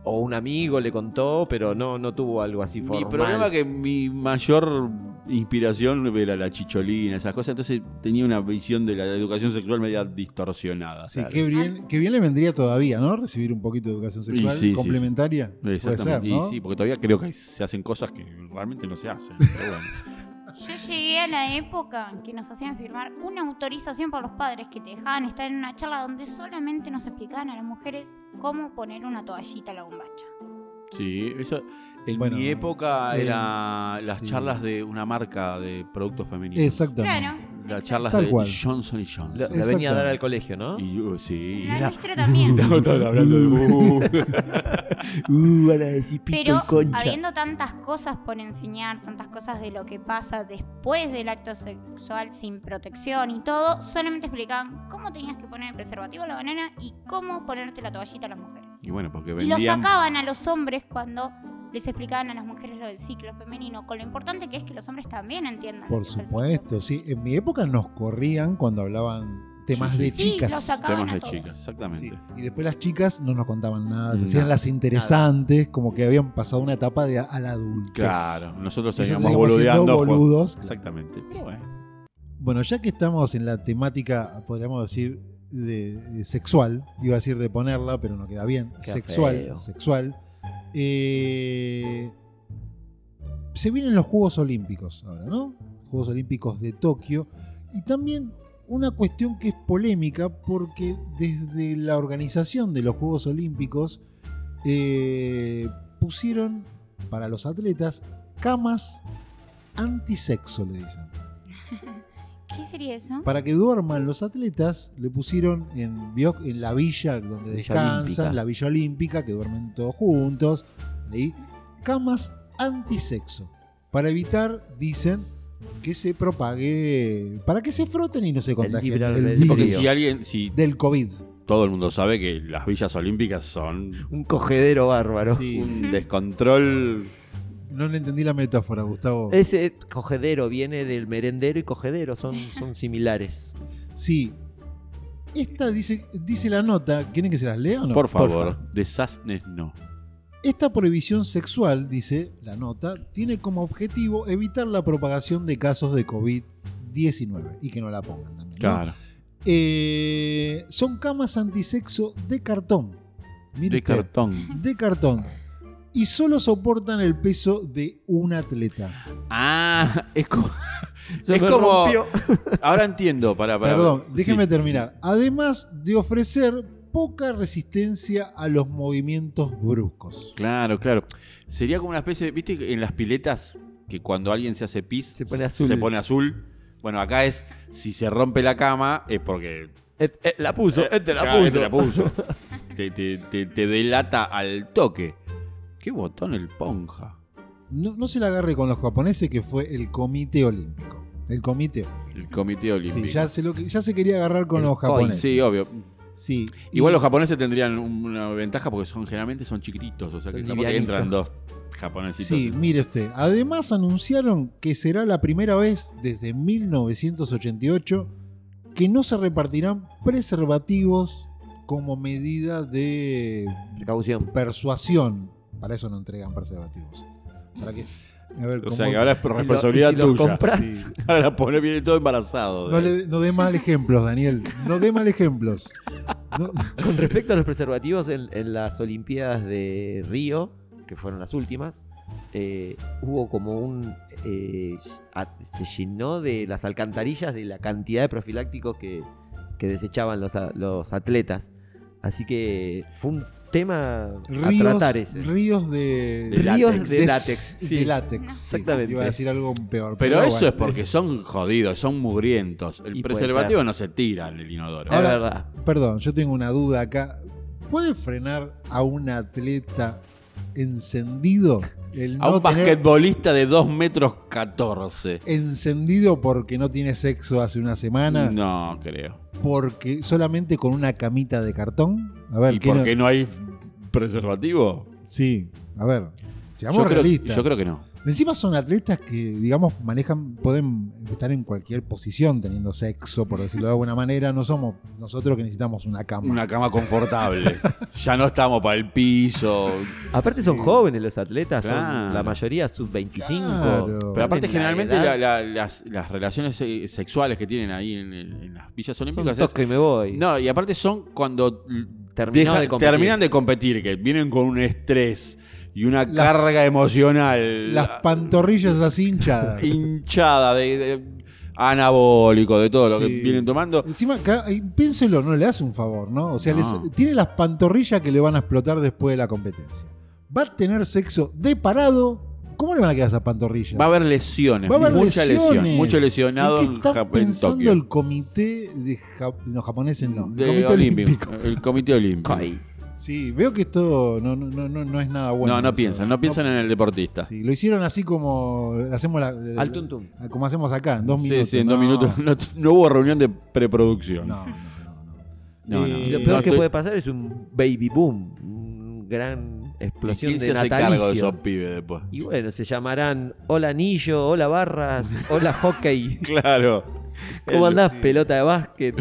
Speaker 2: O un amigo le contó, pero no, no tuvo algo así
Speaker 3: Mi
Speaker 2: formal.
Speaker 3: problema es que mi mayor inspiración era la chicholina, esas cosas, entonces tenía una visión de la educación sexual media distorsionada.
Speaker 1: Sí, qué bien, qué bien le vendría todavía, ¿no? Recibir un poquito de educación sexual
Speaker 3: sí, sí, sí.
Speaker 1: complementaria. Puede ser,
Speaker 3: Exactamente. Y
Speaker 1: ¿no?
Speaker 3: sí, porque todavía creo que se hacen cosas que realmente no se hacen. pero bueno.
Speaker 4: Yo llegué a la época que nos hacían firmar una autorización por los padres que te dejaban estar en una charla donde solamente nos explicaban a las mujeres cómo poner una toallita a la bombacha.
Speaker 3: Sí, eso. En
Speaker 1: Bueno,
Speaker 3: mi época
Speaker 1: el-
Speaker 3: era las
Speaker 1: sí.
Speaker 3: charlas de una marca de productos femeninos.
Speaker 1: Exactamente.
Speaker 3: Las charlas
Speaker 1: Tal
Speaker 3: de
Speaker 1: cual.
Speaker 3: Johnson Johnson.
Speaker 2: La, la venía a dar al colegio, ¿no?
Speaker 3: Y, uh, sí.
Speaker 4: La nuestra también.
Speaker 3: Estaban hablando de. uh.
Speaker 2: Uh, ahora decís pito
Speaker 4: Pero
Speaker 2: y concha.
Speaker 4: habiendo tantas cosas por enseñar, tantas cosas de lo que pasa después del acto sexual sin protección y todo, solamente explicaban cómo tenías que poner el preservativo a la banana y cómo ponerte la toallita a las mujeres.
Speaker 3: Y bueno, porque
Speaker 4: Y lo
Speaker 3: vendían.
Speaker 4: sacaban a los hombres cuando les explicaban a las mujeres lo del ciclo femenino, con lo importante que es que los hombres también entiendan. lo
Speaker 1: Por
Speaker 4: que es el
Speaker 1: supuesto, sí. En mi época nos corrían cuando hablaban temas
Speaker 3: Sí, sí.
Speaker 1: de
Speaker 4: Sí,
Speaker 1: chicas.
Speaker 4: lo sacaban
Speaker 3: temas
Speaker 4: a
Speaker 3: de
Speaker 4: todos.
Speaker 3: chicas, exactamente.
Speaker 1: Sí, Y después las chicas no nos contaban nada, se
Speaker 3: No,
Speaker 1: hacían las interesantes, como que habían pasado una etapa de a, a la adultez.
Speaker 3: Claro, nosotros
Speaker 1: Nosotros
Speaker 3: seguíamos
Speaker 1: seguimos siendo
Speaker 3: boludeando. pues.
Speaker 1: boludos.
Speaker 3: Exactamente. Pero bueno.
Speaker 1: Bueno, ya que estamos en la temática, podríamos decir, de, de sexual, iba a decir de ponerla, pero no queda bien,
Speaker 2: Queda
Speaker 1: sexual,
Speaker 2: feo.
Speaker 1: sexual. Eh, se vienen los Juegos Olímpicos ahora, ¿no? Juegos Olímpicos de Tokio. Y también una cuestión que es polémica porque desde la organización de los Juegos Olímpicos eh, pusieron para los atletas camas antisexo, le dicen.
Speaker 4: ¿Qué sería eso?
Speaker 1: Para que duerman los atletas, le pusieron en, vio- en la villa donde
Speaker 2: Villa
Speaker 1: descansan,
Speaker 2: Olímpica.
Speaker 1: la villa olímpica, que duermen todos juntos, ahí, camas antisexo, para evitar, dicen, que se propague, para que se froten y no se contagien
Speaker 2: libre
Speaker 1: del
Speaker 2: albedrío.
Speaker 3: Porque
Speaker 1: virus,
Speaker 3: si alguien, si
Speaker 1: del COVID.
Speaker 3: todo el mundo sabe que las villas olímpicas son
Speaker 2: Un cogedero bárbaro.
Speaker 1: Sí.
Speaker 3: un descontrol.
Speaker 1: No le entendí la metáfora, Gustavo.
Speaker 2: Ese cogedero viene del merendero y cogedero, son, son similares.
Speaker 1: Sí. Esta dice, dice la nota, ¿quieren que se las lea o no?
Speaker 3: por favor,
Speaker 2: favor.
Speaker 3: desastres no.
Speaker 1: Esta prohibición sexual, dice la nota, tiene como objetivo evitar la propagación de casos de COVID-19 y que no la pongan también. ¿no?
Speaker 3: Claro.
Speaker 1: Eh, son camas antisexo de cartón. Mire
Speaker 3: De
Speaker 1: usted,
Speaker 3: cartón.
Speaker 1: de cartón. Y solo soportan el peso de un atleta.
Speaker 3: Ah, es como.
Speaker 2: Se
Speaker 3: es
Speaker 2: me
Speaker 3: como.
Speaker 2: rompió.
Speaker 3: Ahora entiendo, para, para.
Speaker 1: Perdón,
Speaker 3: sí.
Speaker 1: déjeme terminar. Además de ofrecer poca resistencia a los movimientos bruscos.
Speaker 3: Claro, claro. Sería como una especie, de- ¿viste? que En las piletas, que cuando alguien se hace pis,
Speaker 2: Se pone azul.
Speaker 3: se pone azul. Bueno, acá es, si se rompe la cama, es porque...
Speaker 2: Et- et- Eh, la puso, este la
Speaker 3: Claro,
Speaker 2: puso.
Speaker 3: este la puso. te, te- te- te delata al toque. Qué botón el ponja.
Speaker 1: No, no se la agarre con los japoneses, que fue el Comité Olímpico. El Comité Olímpico.
Speaker 3: El comité olímpico.
Speaker 1: Sí, ya se, lo, ya se quería agarrar con
Speaker 2: El
Speaker 1: los
Speaker 2: coin,
Speaker 1: japoneses.
Speaker 3: Sí, obvio.
Speaker 1: Sí.
Speaker 3: Igual
Speaker 1: Y
Speaker 3: los japoneses tendrían una ventaja porque son generalmente son chiquititos. O sea, que
Speaker 2: Son
Speaker 3: capaz que
Speaker 2: livianitos.
Speaker 3: entran dos japonesitos.
Speaker 1: Sí, mire usted. Además anunciaron que será la primera vez desde 1988 que no se repartirán preservativos como medida de
Speaker 2: Precaución.
Speaker 1: persuasión. Para eso no entregan preservativos. Para que, a ver,
Speaker 3: O
Speaker 1: como-
Speaker 3: sea, que ahora es por responsabilidad
Speaker 2: Y lo- y si los
Speaker 3: tuya.
Speaker 2: compras-
Speaker 1: Sí.
Speaker 3: Ahora la pone, viene todo embarazado.
Speaker 1: No, le- no dé mal ejemplos, Daniel. No dé mal ejemplos. No-
Speaker 2: Con respecto a los preservativos, en, en las Olimpiadas de Río, que fueron las últimas, eh, hubo como un. eh, a- se llenó de las alcantarillas de la cantidad de profilácticos que, que desechaban los, a- los atletas. Así que fue un tema a
Speaker 1: ríos,
Speaker 2: tratar ese.
Speaker 1: ríos de,
Speaker 3: De
Speaker 2: Ríos
Speaker 3: látex.
Speaker 2: de látex.
Speaker 1: de
Speaker 2: sí.
Speaker 1: látex, sí.
Speaker 2: Exactamente.
Speaker 1: Iba a decir algo peor.
Speaker 3: Pero eso
Speaker 1: bueno.
Speaker 3: es porque son jodidos, son mugrientos. El
Speaker 2: Y puede
Speaker 3: preservativo
Speaker 2: ser.
Speaker 3: no se tira en el inodoro.
Speaker 2: Es
Speaker 1: Ahora-
Speaker 2: verdad.
Speaker 1: Perdón, yo tengo una duda acá. ¿Puede frenar a un atleta encendido el
Speaker 3: a
Speaker 1: no
Speaker 3: un
Speaker 1: tener
Speaker 3: basquetbolista de 2 metros 14.
Speaker 1: encendido porque no tiene sexo hace una semana?
Speaker 3: No creo.
Speaker 1: Porque solamente con una camita de cartón. A ver,
Speaker 3: ¿Y
Speaker 1: ¿qué
Speaker 3: por
Speaker 1: no-
Speaker 3: qué no hay preservativo?
Speaker 1: Sí, a ver. Seamos
Speaker 3: Yo creo,
Speaker 1: realistas.
Speaker 3: yo creo que no.
Speaker 1: Encima son atletas que, digamos, manejan, pueden estar en cualquier posición teniendo sexo, por decirlo de alguna manera. No somos nosotros que necesitamos una cama.
Speaker 3: Una cama confortable. ya no estamos para el piso.
Speaker 2: Aparte son
Speaker 1: Sí.
Speaker 2: jóvenes los atletas, son
Speaker 3: Claro.
Speaker 2: la mayoría sub 25.
Speaker 1: Claro.
Speaker 3: Pero aparte,
Speaker 2: Tienen
Speaker 3: generalmente
Speaker 2: edad.
Speaker 3: la- la- las, las relaciones eh, sexuales que tienen ahí en, el- en las villas
Speaker 2: Son
Speaker 3: olímpicas. es-
Speaker 2: toque y me voy.
Speaker 3: no, y aparte son cuando
Speaker 2: Terminó
Speaker 3: deja-
Speaker 2: de competir.
Speaker 3: terminan de competir, que vienen con un estrés y una
Speaker 1: Las-
Speaker 3: carga emocional
Speaker 1: Las pantorrillas así hinchadas.
Speaker 3: hinchada de, de anabólico, de todo lo que
Speaker 1: Sí.
Speaker 3: vienen tomando.
Speaker 1: Encima, acá, y piénselo, no le hace un favor, ¿no? O sea,
Speaker 3: No.
Speaker 1: les- tiene las pantorrillas que le van a explotar después de la competencia. Va a tener sexo de parado. ¿Cómo le van a quedar esas pantorrillas?
Speaker 3: Va a haber lesiones,
Speaker 1: Va a haber
Speaker 3: mucha lesión,
Speaker 1: lesiones.
Speaker 3: mucho
Speaker 1: ¿En
Speaker 3: lesionado
Speaker 1: qué
Speaker 3: en,
Speaker 1: está
Speaker 3: Jap- en
Speaker 1: pensando
Speaker 3: Tokio.
Speaker 1: el comité de Jap- no, japoneses? No, el
Speaker 3: De
Speaker 1: comité
Speaker 3: Olímpico,
Speaker 1: olímpico.
Speaker 3: El comité olímpico.
Speaker 2: Ay,
Speaker 1: Sí, veo que esto no, no, no, no- no es nada bueno.
Speaker 3: no, no
Speaker 1: eso.
Speaker 3: piensan, no piensan en el deportista. Sí,
Speaker 1: Sí, lo hicieron así como hacemos la- la-
Speaker 2: Al tuntum.
Speaker 1: como hacemos acá, en dos
Speaker 3: sí,
Speaker 1: minutos.
Speaker 3: en dos
Speaker 1: No,
Speaker 3: minutos. No, no hubo reunión de preproducción.
Speaker 1: No, no, no. no.
Speaker 3: No, no.
Speaker 2: Y lo
Speaker 1: Eh,
Speaker 2: peor
Speaker 3: no,
Speaker 2: que
Speaker 3: estoy-
Speaker 2: puede pasar es un baby boom, un gran explosión
Speaker 3: ¿Quién
Speaker 2: de
Speaker 3: se hace cargo de
Speaker 2: natalicio.
Speaker 3: esos pibes después?
Speaker 2: Y bueno, se llamarán Hola Anillo, Hola Barras, Hola Hockey.
Speaker 3: Claro.
Speaker 2: ¿Cómo
Speaker 3: El-
Speaker 2: andás, pelota de básquet?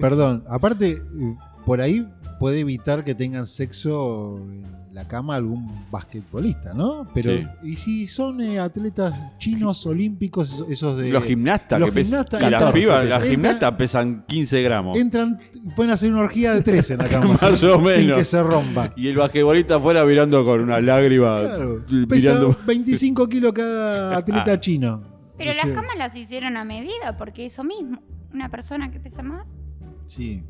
Speaker 1: Perdón, aparte, eh, por ahí puede evitar que tengan sexo en la cama a algún basquetbolista, ¿no? Pero,
Speaker 3: Sí.
Speaker 1: ¿y si son eh, atletas chinos olímpicos, esos- esos de.
Speaker 3: los gimnastas.
Speaker 1: los
Speaker 3: que pes-
Speaker 1: gimnastas
Speaker 3: y las
Speaker 1: entran-
Speaker 3: pibas, las
Speaker 1: entran-
Speaker 3: gimnastas pesan 15 gramos.
Speaker 1: Entran, pueden hacer una orgía de tres en la cama.
Speaker 3: Más
Speaker 1: sin-
Speaker 3: o
Speaker 1: Sin
Speaker 3: menos.
Speaker 1: que se rompa.
Speaker 3: Y el basquetbolista afuera mirando con una lágrima.
Speaker 1: Claro,
Speaker 3: l-
Speaker 1: pesa
Speaker 3: Ah, mirando- Ah.
Speaker 1: 25 kilos cada atleta chino.
Speaker 4: Pero
Speaker 1: No
Speaker 4: las
Speaker 1: sé.
Speaker 4: camas las hicieron a medida, porque eso mismo, una persona que pesa más.
Speaker 1: Sí.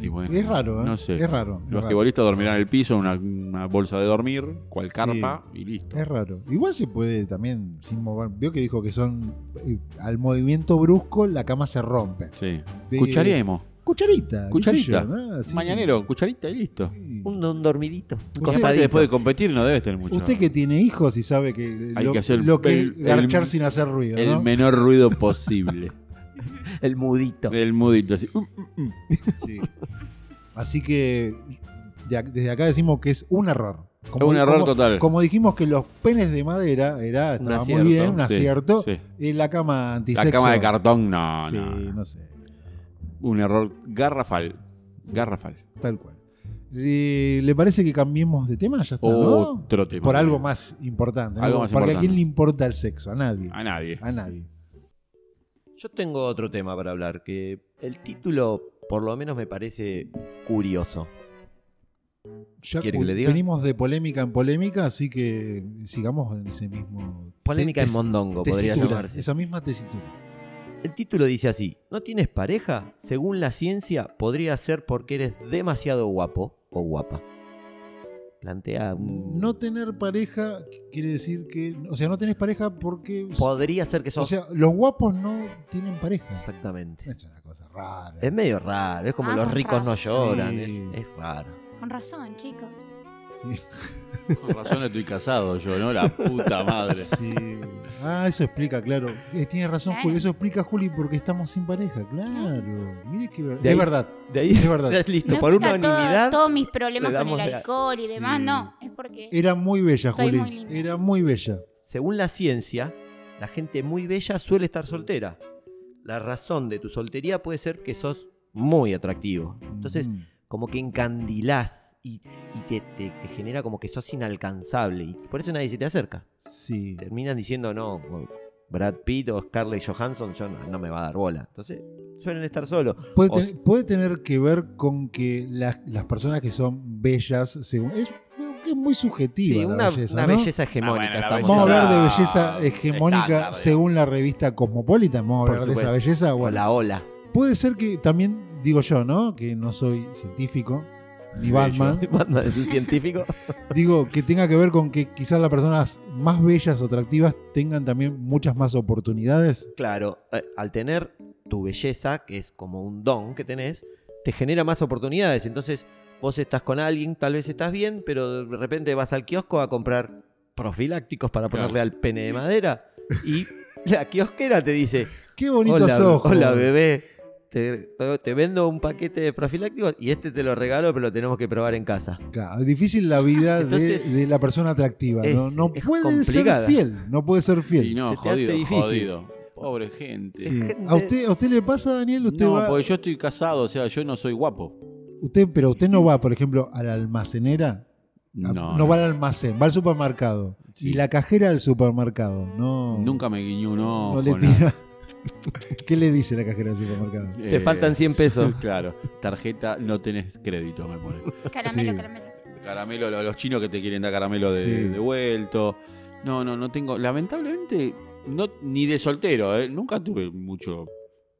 Speaker 3: Y bueno,
Speaker 1: Es raro, ¿eh?
Speaker 3: No sé.
Speaker 1: Es raro.
Speaker 3: Los
Speaker 1: es raro.
Speaker 3: basquetbolistas dormirán en el piso, una, una bolsa de dormir, cual
Speaker 1: Sí.
Speaker 3: carpa y listo.
Speaker 1: Es raro. Igual se puede también sin mover. Vio que dijo que son. eh, al movimiento brusco la cama se rompe.
Speaker 3: Sí.
Speaker 1: De-
Speaker 3: Cucharemos.
Speaker 1: Cucharita. qué sé
Speaker 3: Cucharita.
Speaker 1: yo, ¿no? Así que-
Speaker 3: Mañanero, cucharita y listo.
Speaker 1: Sí.
Speaker 2: Un, un dormidito. un
Speaker 1: Usted-
Speaker 3: Aparte,
Speaker 2: costadito.
Speaker 3: después de competir no debes tener mucho.
Speaker 1: Usted que tiene hijos y sabe que
Speaker 3: Hay
Speaker 1: lo
Speaker 3: que
Speaker 1: que,
Speaker 3: hacer el-
Speaker 1: lo que
Speaker 3: el- el-
Speaker 1: garchar sin hacer ruido,
Speaker 3: El
Speaker 1: ¿no?
Speaker 3: menor ruido posible.
Speaker 2: El mudito.
Speaker 3: Del mudito así. Uh, uh, uh.
Speaker 1: Sí. Así que de ac- desde acá decimos que es un error.
Speaker 3: Es un
Speaker 1: di-
Speaker 3: error total.
Speaker 1: Como dijimos que los penes de madera era, estaba muy
Speaker 2: acierto,
Speaker 1: bien, un
Speaker 3: Sí,
Speaker 1: acierto.
Speaker 3: sí.
Speaker 1: Eh, La cama antisexo.
Speaker 3: La cama de cartón, no,
Speaker 1: Sí,
Speaker 3: no, no.
Speaker 1: no sé.
Speaker 3: Un error garrafal. Garrafal.
Speaker 1: Tal cual. Eh, ¿Le parece que cambiemos de tema? Ya está, ¿no?
Speaker 3: Otro tema.
Speaker 1: Por algo más importante. ¿no?
Speaker 3: Algo más
Speaker 1: Porque a
Speaker 3: importante.
Speaker 1: quién le importa el sexo, a nadie.
Speaker 3: A nadie.
Speaker 1: A nadie.
Speaker 2: Yo tengo otro tema para hablar, que el título por lo menos me parece curioso.
Speaker 1: Ya
Speaker 2: ¿Quiere que le diga?
Speaker 1: venimos de polémica en polémica, así que sigamos en ese mismo.
Speaker 2: Polémica
Speaker 1: te-
Speaker 2: en mondongo, podría
Speaker 1: tesitura,
Speaker 2: llamarse.
Speaker 1: Esa misma tesitura.
Speaker 2: El título dice así, ¿no tienes pareja? Según la ciencia, podría ser porque eres demasiado guapo o guapa. Plantea... un-
Speaker 1: No tener pareja quiere decir que. O sea, no tenés pareja porque.
Speaker 2: podría ser que
Speaker 1: o
Speaker 2: sos...
Speaker 1: sea, los guapos no tienen pareja.
Speaker 2: Exactamente.
Speaker 1: Es una cosa rara.
Speaker 2: Es medio raro, es como
Speaker 4: Ah,
Speaker 2: los
Speaker 4: con
Speaker 2: ricos no
Speaker 1: razón.
Speaker 2: lloran,
Speaker 1: Sí.
Speaker 2: es, es raro.
Speaker 4: Con razón, chicos.
Speaker 1: Sí.
Speaker 3: Con razón estoy casado yo, ¿no? La puta madre.
Speaker 1: Sí. Ah, eso explica, claro. Eh, tiene razón,
Speaker 4: Claro.
Speaker 1: Juli. Eso explica, Juli, porque estamos sin pareja. Claro. Mire que ver-
Speaker 2: De
Speaker 1: es
Speaker 2: ahí-
Speaker 1: verdad.
Speaker 2: De ahí
Speaker 1: Es verdad.
Speaker 2: listo,
Speaker 4: No
Speaker 2: por
Speaker 4: explica todo-
Speaker 2: unanimidad.
Speaker 4: todos mis problemas
Speaker 2: le
Speaker 4: con
Speaker 2: damos
Speaker 4: el
Speaker 2: la-
Speaker 4: alcohol y
Speaker 1: Sí.
Speaker 4: demás, no. Es porque.
Speaker 1: Era muy bella,
Speaker 4: Soy
Speaker 1: Juli.
Speaker 4: muy linda.
Speaker 1: Era muy bella.
Speaker 2: Según la ciencia, la gente muy bella suele estar soltera. La razón de tu soltería puede ser que sos muy atractivo. Entonces,
Speaker 1: Mm.
Speaker 2: como que encandilás y, y te, te- te genera como que sos inalcanzable. Y por eso nadie se te acerca.
Speaker 1: Sí.
Speaker 2: Terminan diciendo, no, Brad Pitt o Scarlett Johansson, yo no, no me va a dar bola. Entonces, suelen estar solos.
Speaker 1: Puede,
Speaker 2: O-
Speaker 1: tener, puede tener que ver con que las, las personas que son bellas, según. Es, que es muy subjetiva
Speaker 2: Sí,
Speaker 1: la
Speaker 2: una,
Speaker 1: belleza.
Speaker 2: una
Speaker 1: ¿no?
Speaker 2: belleza hegemónica.
Speaker 3: Ah, bueno, la
Speaker 2: estamos
Speaker 1: Vamos a hablar de
Speaker 3: belleza
Speaker 1: belleza hegemónica
Speaker 3: estándar,
Speaker 1: según la revista Cosmopolitan. Vamos a
Speaker 2: Por
Speaker 1: hablar de esa
Speaker 2: supuesto.
Speaker 1: belleza.
Speaker 2: hablando. O
Speaker 1: Bueno,
Speaker 2: la ola.
Speaker 1: puede ser que también, digo yo, ¿no? Que no soy científico, ni
Speaker 3: Bello.
Speaker 1: Batman.
Speaker 2: Batman es un científico.
Speaker 1: Digo, que tenga que ver con que quizás las personas más bellas o atractivas tengan también muchas más oportunidades.
Speaker 2: Claro, eh, al tener tu belleza, que es como un don que tenés, te genera más oportunidades. Entonces, vos estás con alguien, tal vez estás bien, pero de repente vas al kiosco a comprar profilácticos para
Speaker 3: Claro.
Speaker 2: ponerle al pene de madera y la kiosquera te dice,
Speaker 1: Qué bonitos
Speaker 2: hola,
Speaker 1: ojos.
Speaker 2: hola, bebé, te, te vendo un paquete de profilácticos y este te lo regalo, pero lo tenemos que probar en casa.
Speaker 1: Claro, es difícil la vida
Speaker 2: Entonces,
Speaker 1: de, de la persona atractiva.
Speaker 2: es-
Speaker 1: no no
Speaker 2: es
Speaker 1: puede
Speaker 2: complicada.
Speaker 1: ser fiel. No puede ser fiel.
Speaker 3: Y
Speaker 2: Se
Speaker 3: no,
Speaker 2: te hace
Speaker 3: jodido,
Speaker 2: difícil.
Speaker 3: jodido. Pobre gente.
Speaker 1: Sí.
Speaker 2: gente-
Speaker 1: ¿A, usted, ¿A usted le pasa, Daniel? Usted
Speaker 3: no,
Speaker 1: va,
Speaker 3: porque yo estoy casado, o sea, yo no soy guapo.
Speaker 1: usted, pero usted no va, por ejemplo, a la almacenera. A-
Speaker 3: No,
Speaker 1: va al almacén, va al supermercado.
Speaker 3: Sí.
Speaker 1: Y la cajera del supermercado. No,
Speaker 3: Nunca me guiñó un
Speaker 1: no
Speaker 3: ojo.
Speaker 1: le
Speaker 3: nada.
Speaker 1: tira. ¿Qué le dice la cajera del supermercado?
Speaker 2: Te faltan 100 pesos.
Speaker 3: Eh, Claro, tarjeta, no tenés crédito, me pone.
Speaker 4: Caramelo,
Speaker 1: Sí.
Speaker 4: caramelo.
Speaker 3: Caramelo, lo- los chinos que te quieren dar caramelo de,
Speaker 1: Sí.
Speaker 3: de vuelto. No, no, no tengo. Lamentablemente, no, ni de soltero, ¿eh? nunca tuve mucho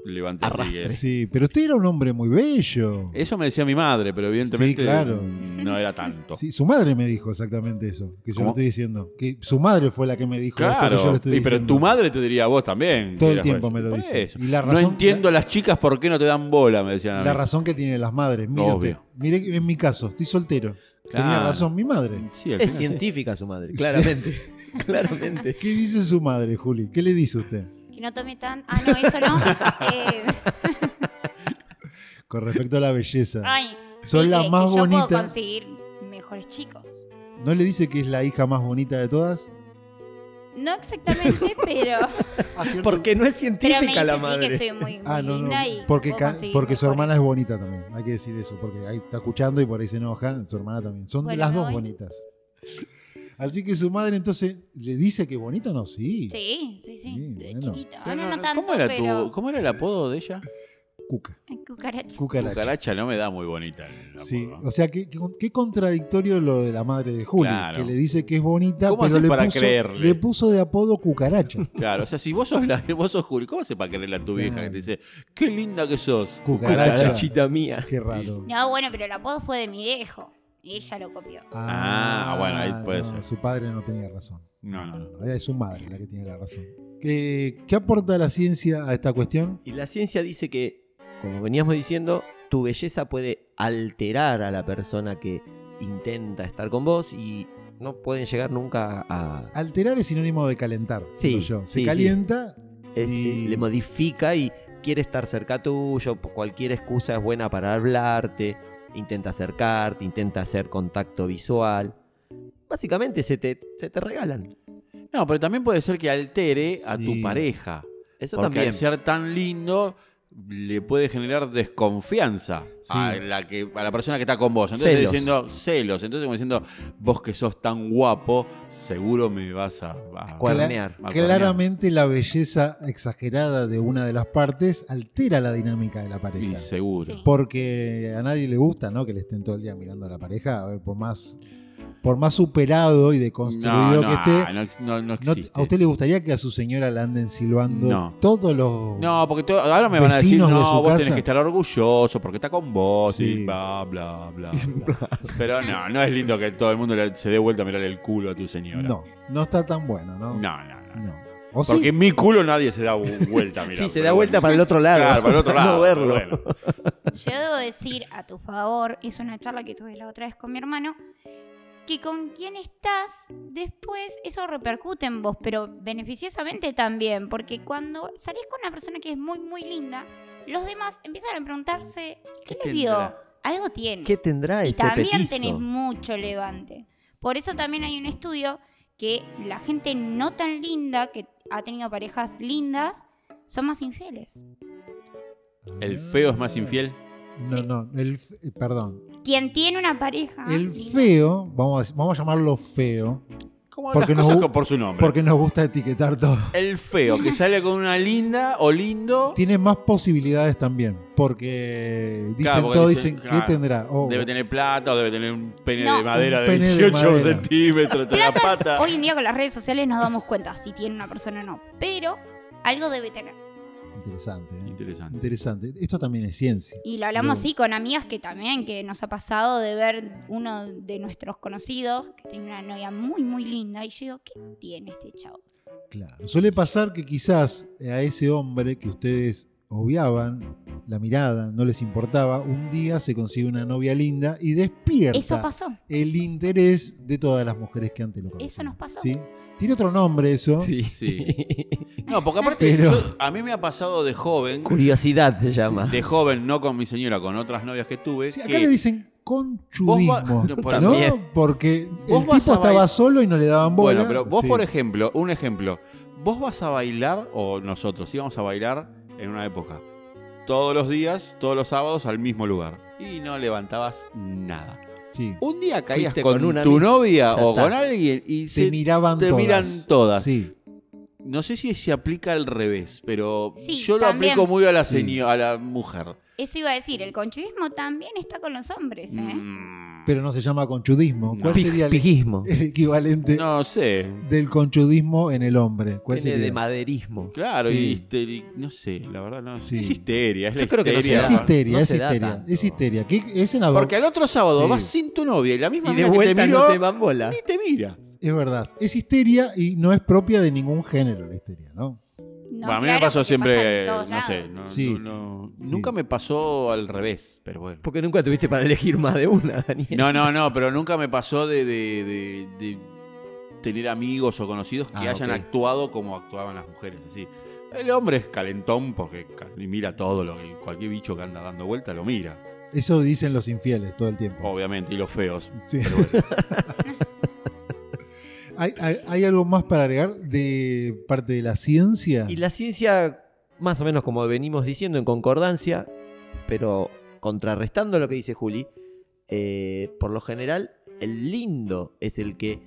Speaker 3: levante así,
Speaker 2: Arrastre.
Speaker 3: ¿eh?
Speaker 1: Sí, pero usted era un hombre muy bello.
Speaker 3: Eso me decía mi madre, pero evidentemente
Speaker 1: Sí, claro.
Speaker 3: no era tanto.
Speaker 1: Sí, su madre me dijo exactamente eso, que yo
Speaker 3: ¿Cómo?
Speaker 1: lo estoy diciendo. Que su madre fue la que me dijo esto que yo
Speaker 3: Claro,
Speaker 1: lo estoy
Speaker 3: sí, pero
Speaker 1: diciendo.
Speaker 3: tu madre te diría a vos también.
Speaker 1: Todo el
Speaker 3: Dirás,
Speaker 1: tiempo
Speaker 3: "Por
Speaker 1: me lo
Speaker 3: eso".
Speaker 1: dice.
Speaker 3: Por
Speaker 1: Y la
Speaker 3: eso.
Speaker 1: razón-
Speaker 3: no entiendo a las chicas por qué no te dan bola, me decían a
Speaker 1: La
Speaker 3: mí.
Speaker 1: razón que tienen las madres. Mire usted,
Speaker 3: Obvio.
Speaker 1: mire que en mi caso, estoy soltero. Tenía
Speaker 3: Claro.
Speaker 1: razón mi madre.
Speaker 3: Sí, al
Speaker 2: Es
Speaker 3: final sí.
Speaker 2: científica su madre, claramente. claramente.
Speaker 1: ¿Qué dice su madre, Juli? ¿Qué le dice usted?
Speaker 4: Que no tome tan. Ah, no, eso no. Eh,
Speaker 1: Con respecto a la belleza.
Speaker 4: ay,
Speaker 1: Son
Speaker 4: sí,
Speaker 1: las
Speaker 4: que-
Speaker 1: más
Speaker 4: que yo
Speaker 1: bonitas.
Speaker 4: puedo conseguir mejores chicos.
Speaker 1: ¿No le dice que es la hija más bonita de todas?
Speaker 4: No exactamente, pero.
Speaker 2: Porque no es
Speaker 4: pero me
Speaker 2: científica
Speaker 4: dice
Speaker 2: la
Speaker 4: sí
Speaker 2: madre.
Speaker 4: que soy muy, muy
Speaker 1: Ah, no, no.
Speaker 4: linda y.
Speaker 1: Porque,
Speaker 4: puedo
Speaker 1: ca-
Speaker 4: conseguir
Speaker 1: porque su
Speaker 4: mejores.
Speaker 1: hermana es bonita también. Hay que decir eso. Porque ahí está escuchando y por ahí se enoja. Su hermana también. Son
Speaker 4: Bueno,
Speaker 1: las
Speaker 4: me
Speaker 1: dos
Speaker 4: voy.
Speaker 1: bonitas. Así que su madre entonces le dice que bonita no, sí.
Speaker 4: Sí, sí, sí.
Speaker 1: Sí,
Speaker 4: de
Speaker 1: bueno.
Speaker 4: Chiquita.
Speaker 3: No,
Speaker 4: Ahora
Speaker 3: no,
Speaker 4: Ah, no,
Speaker 3: no.
Speaker 4: tanto,
Speaker 3: ¿Cómo, era tu-
Speaker 4: pero.
Speaker 3: ¿Cómo era el apodo de ella?
Speaker 1: Cuca.
Speaker 4: Ay, cucaracha.
Speaker 1: Cucaracha.
Speaker 3: Cucaracha no me da muy bonita. el apodo.
Speaker 1: Sí, o sea, qué, qué- qué contradictorio lo de la madre de Juli,
Speaker 3: Claro.
Speaker 1: que le dice que es bonita,
Speaker 3: ¿Cómo
Speaker 1: pero
Speaker 3: haces
Speaker 1: le,
Speaker 3: para
Speaker 1: puso,
Speaker 3: creerle?
Speaker 1: le puso de apodo cucaracha.
Speaker 3: Claro, o sea, si vos sos, la, vos sos Juli, ¿cómo hace para quererla a tu vieja que te dice, qué linda que sos?
Speaker 1: Cucaracha.
Speaker 2: Cucarachita mía.
Speaker 1: Qué raro.
Speaker 4: No, bueno, pero el apodo fue de mi viejo. Y ella lo copió.
Speaker 3: Ah, bueno, ahí puede ser.
Speaker 1: Su padre no tenía razón.
Speaker 3: No, no, no.
Speaker 1: No, Era su madre la que tiene la razón. Eh, ¿Qué, qué aporta la ciencia a esta cuestión?
Speaker 2: Y la ciencia dice que, como veníamos diciendo, tu belleza puede alterar a la persona que intenta estar con vos y no pueden llegar nunca a...
Speaker 1: Alterar es sinónimo de calentar.
Speaker 2: Sí,
Speaker 1: creo yo. Se
Speaker 2: sí,
Speaker 1: calienta.
Speaker 2: es- eh,
Speaker 1: Y-
Speaker 2: Le modifica y quiere estar cerca tuyo, por cualquier excusa es buena para hablarte, intenta acercarte, intenta hacer contacto visual. Básicamente se te, se te regalan.
Speaker 3: No, pero también puede ser que altere a tu
Speaker 1: Sí.
Speaker 3: pareja.
Speaker 2: Eso
Speaker 3: porque
Speaker 2: también.
Speaker 3: al ser tan lindo le puede generar desconfianza
Speaker 1: Sí.
Speaker 3: a, la que, a la persona que está con vos. Entonces
Speaker 2: Celos.
Speaker 3: diciendo celos. Entonces como diciendo, vos que sos tan guapo, seguro me vas a... a-
Speaker 2: Cuernear.
Speaker 3: Ah,
Speaker 1: Cla- claramente la belleza exagerada de una de las partes altera la dinámica de la
Speaker 3: Y
Speaker 1: pareja.
Speaker 3: seguro.
Speaker 4: Sí.
Speaker 1: Porque a nadie le gusta, ¿no? Que le estén todo el día mirando a la pareja. A ver, por más, por más superado y deconstruido que esté.
Speaker 3: no, no, no
Speaker 1: no-
Speaker 3: existe.
Speaker 1: ¿A usted le gustaría que a su señora la anden silbando
Speaker 3: No.
Speaker 1: todos los.
Speaker 3: No, porque to- ahora me van a decir,
Speaker 1: Vecinos
Speaker 3: no,
Speaker 1: de su
Speaker 3: vos tenés
Speaker 1: casa".
Speaker 3: que estar orgulloso porque está con vos
Speaker 1: Sí.
Speaker 3: y bla, bla, bla. bla. Pero no, no es lindo que todo el mundo le- se dé vuelta a mirar el culo a tu señora.
Speaker 1: No, no está tan bueno, ¿no?
Speaker 3: No, no, no.
Speaker 1: No. O sí,
Speaker 3: Porque en mi culo nadie se da vu- vuelta a mirar.
Speaker 2: Sí, se
Speaker 3: pero
Speaker 2: da vuelta
Speaker 3: bueno.
Speaker 2: para el otro lado.
Speaker 3: Claro, para el otro
Speaker 2: para
Speaker 3: lado.
Speaker 2: No
Speaker 3: pero
Speaker 2: verlo.
Speaker 3: bueno.
Speaker 4: Yo debo decir, a tu favor, es una charla que tuve la otra vez con mi hermano, que con quién estás después eso repercute en vos, pero beneficiosamente también, porque cuando salís con una persona que es muy, muy linda, los demás empiezan a preguntarse, "¿Y ¿qué,
Speaker 3: ¿Qué
Speaker 4: le vio?
Speaker 3: tendrá?
Speaker 4: Algo tiene.
Speaker 2: ¿Qué tendrá
Speaker 4: y
Speaker 2: ese
Speaker 4: también
Speaker 2: petizo?
Speaker 4: tenés mucho levante. Por eso también hay un estudio que la gente no tan linda, que ha tenido parejas lindas, son más infieles.
Speaker 3: El feo es más infiel.
Speaker 1: No, no, el, f- eh, perdón.
Speaker 4: Quien tiene una pareja...
Speaker 1: El
Speaker 4: linda-
Speaker 1: feo, vamos a, dec- vamos a llamarlo feo,
Speaker 3: ¿Cómo
Speaker 1: Porque
Speaker 3: porque
Speaker 1: nos
Speaker 3: cosas
Speaker 1: gu-
Speaker 3: con- por su nombre?
Speaker 1: porque nos gusta etiquetar todo.
Speaker 3: el feo que sale con una linda o lindo
Speaker 1: Tiene más posibilidades también, porque dicen
Speaker 3: Claro, porque
Speaker 1: todo,
Speaker 3: dicen,
Speaker 1: dicen,
Speaker 3: claro,
Speaker 1: ¿qué tendrá? Oh,
Speaker 3: debe tener plata o debe tener un pene
Speaker 4: No,
Speaker 3: de madera
Speaker 1: un
Speaker 3: de
Speaker 1: pene de
Speaker 3: 18
Speaker 1: madera.
Speaker 3: centímetros entre la pata.
Speaker 4: Hoy en día con las redes sociales nos damos cuenta si tiene una persona o no, pero algo debe tener.
Speaker 1: Interesante, ¿eh?
Speaker 3: Interesante.
Speaker 1: interesante. Esto también es ciencia.
Speaker 4: Y lo hablamos
Speaker 1: Bien.
Speaker 4: sí con amigas que también, que nos ha pasado de ver uno de nuestros conocidos que tiene una novia muy, muy linda y yo digo, ¿qué tiene este chavo?
Speaker 1: Claro. Suele pasar que quizás a ese hombre que ustedes obviaban la mirada, no les importaba, un día se consigue una novia linda y despierta.
Speaker 4: Eso pasó.
Speaker 1: el interés de todas las mujeres que antes lo conocían.
Speaker 4: Eso nos pasó.
Speaker 1: ¿sí? Tiene otro nombre eso.
Speaker 2: Sí.
Speaker 3: No, porque aparte
Speaker 1: Pero-
Speaker 3: yo- a mí me ha pasado de joven,
Speaker 2: Curiosidad se llama.
Speaker 3: de joven, no con mi señora, con otras novias que tuve.
Speaker 1: Sí, acá
Speaker 3: que
Speaker 1: le dicen conchudismo.
Speaker 3: Vos va- no, por-
Speaker 1: ¿No?
Speaker 2: también.
Speaker 1: Porque
Speaker 3: Vos
Speaker 1: el
Speaker 3: vas
Speaker 1: tipo
Speaker 3: a
Speaker 1: estaba
Speaker 3: bail-
Speaker 1: solo y no le daban bola.
Speaker 3: Bueno, pero vos,
Speaker 1: Sí.
Speaker 3: por ejemplo, un ejemplo, vos vas a bailar, o nosotros íbamos a bailar en una época, todos los días, todos los sábados al mismo lugar, y no levantabas nada.
Speaker 1: Sí.
Speaker 3: Un día caías
Speaker 2: Fuiste
Speaker 3: con,
Speaker 2: con una
Speaker 3: tu
Speaker 2: amiga,
Speaker 3: novia
Speaker 2: ya
Speaker 3: o
Speaker 2: está.
Speaker 3: con alguien y
Speaker 1: Te
Speaker 3: se-
Speaker 1: miraban
Speaker 3: te
Speaker 1: todas.
Speaker 3: miran todas.
Speaker 1: Sí.
Speaker 3: no sé si se aplica al revés, pero
Speaker 4: Sí,
Speaker 3: yo lo
Speaker 4: también.
Speaker 3: aplico muy a la,
Speaker 1: Sí.
Speaker 3: seño- a la mujer.
Speaker 4: Eso iba a decir, el conchuismo también está con los hombres, ¿eh?
Speaker 3: Mm,
Speaker 1: Pero no se llama conchudismo.
Speaker 3: No.
Speaker 1: ¿Cuál
Speaker 2: Pij-
Speaker 1: sería el,
Speaker 2: pijismo.
Speaker 1: el equivalente
Speaker 3: no sé.
Speaker 1: del conchudismo en el hombre? ¿Cuál
Speaker 2: Tiene de
Speaker 1: sería?
Speaker 2: maderismo.
Speaker 3: Claro,
Speaker 1: Sí.
Speaker 3: y histeri- no sé, la verdad no
Speaker 1: Sí.
Speaker 3: es histeria, es la
Speaker 2: Yo creo que no se
Speaker 3: histeria.
Speaker 1: Es
Speaker 2: da.
Speaker 1: histeria,
Speaker 2: No
Speaker 1: es
Speaker 2: se da
Speaker 1: histeria.
Speaker 2: tanto.
Speaker 1: Es histeria. ¿Qué- Es en ador-
Speaker 3: Porque al otro sábado
Speaker 1: Sí.
Speaker 3: vas sin tu novia y la misma
Speaker 2: Y de
Speaker 3: mina que te
Speaker 2: vuelta
Speaker 3: miró
Speaker 2: no te van bola.
Speaker 3: ni te mira.
Speaker 1: Es verdad. Es histeria y no es propia de ningún género la histeria, ¿no?
Speaker 4: No,
Speaker 3: Bueno, a mí
Speaker 4: claro,
Speaker 3: me pasó
Speaker 4: porque pasa
Speaker 3: siempre,
Speaker 4: en todos
Speaker 3: no sé,
Speaker 4: lados.
Speaker 3: no-
Speaker 1: Sí.
Speaker 3: no- no-
Speaker 1: Sí.
Speaker 3: nunca me pasó al revés, pero bueno.
Speaker 2: Porque nunca tuviste para elegir más de una, Daniel.
Speaker 3: No, no, no, pero nunca me pasó de, de- de- de tener amigos o conocidos que
Speaker 2: Ah,
Speaker 3: hayan
Speaker 2: ok.
Speaker 3: actuado como actuaban las mujeres, así. El hombre es calentón porque cal- y mira todo lo que cualquier bicho que anda dando vuelta lo mira,
Speaker 1: Eso dicen los infieles todo el tiempo.
Speaker 3: obviamente, y los feos.
Speaker 1: Sí. ¿Hay, hay, hay algo más para agregar de parte de la ciencia?
Speaker 2: Y la ciencia, más o menos como venimos diciendo, en concordancia, pero contrarrestando lo que dice Juli, eh, por lo general el lindo es el que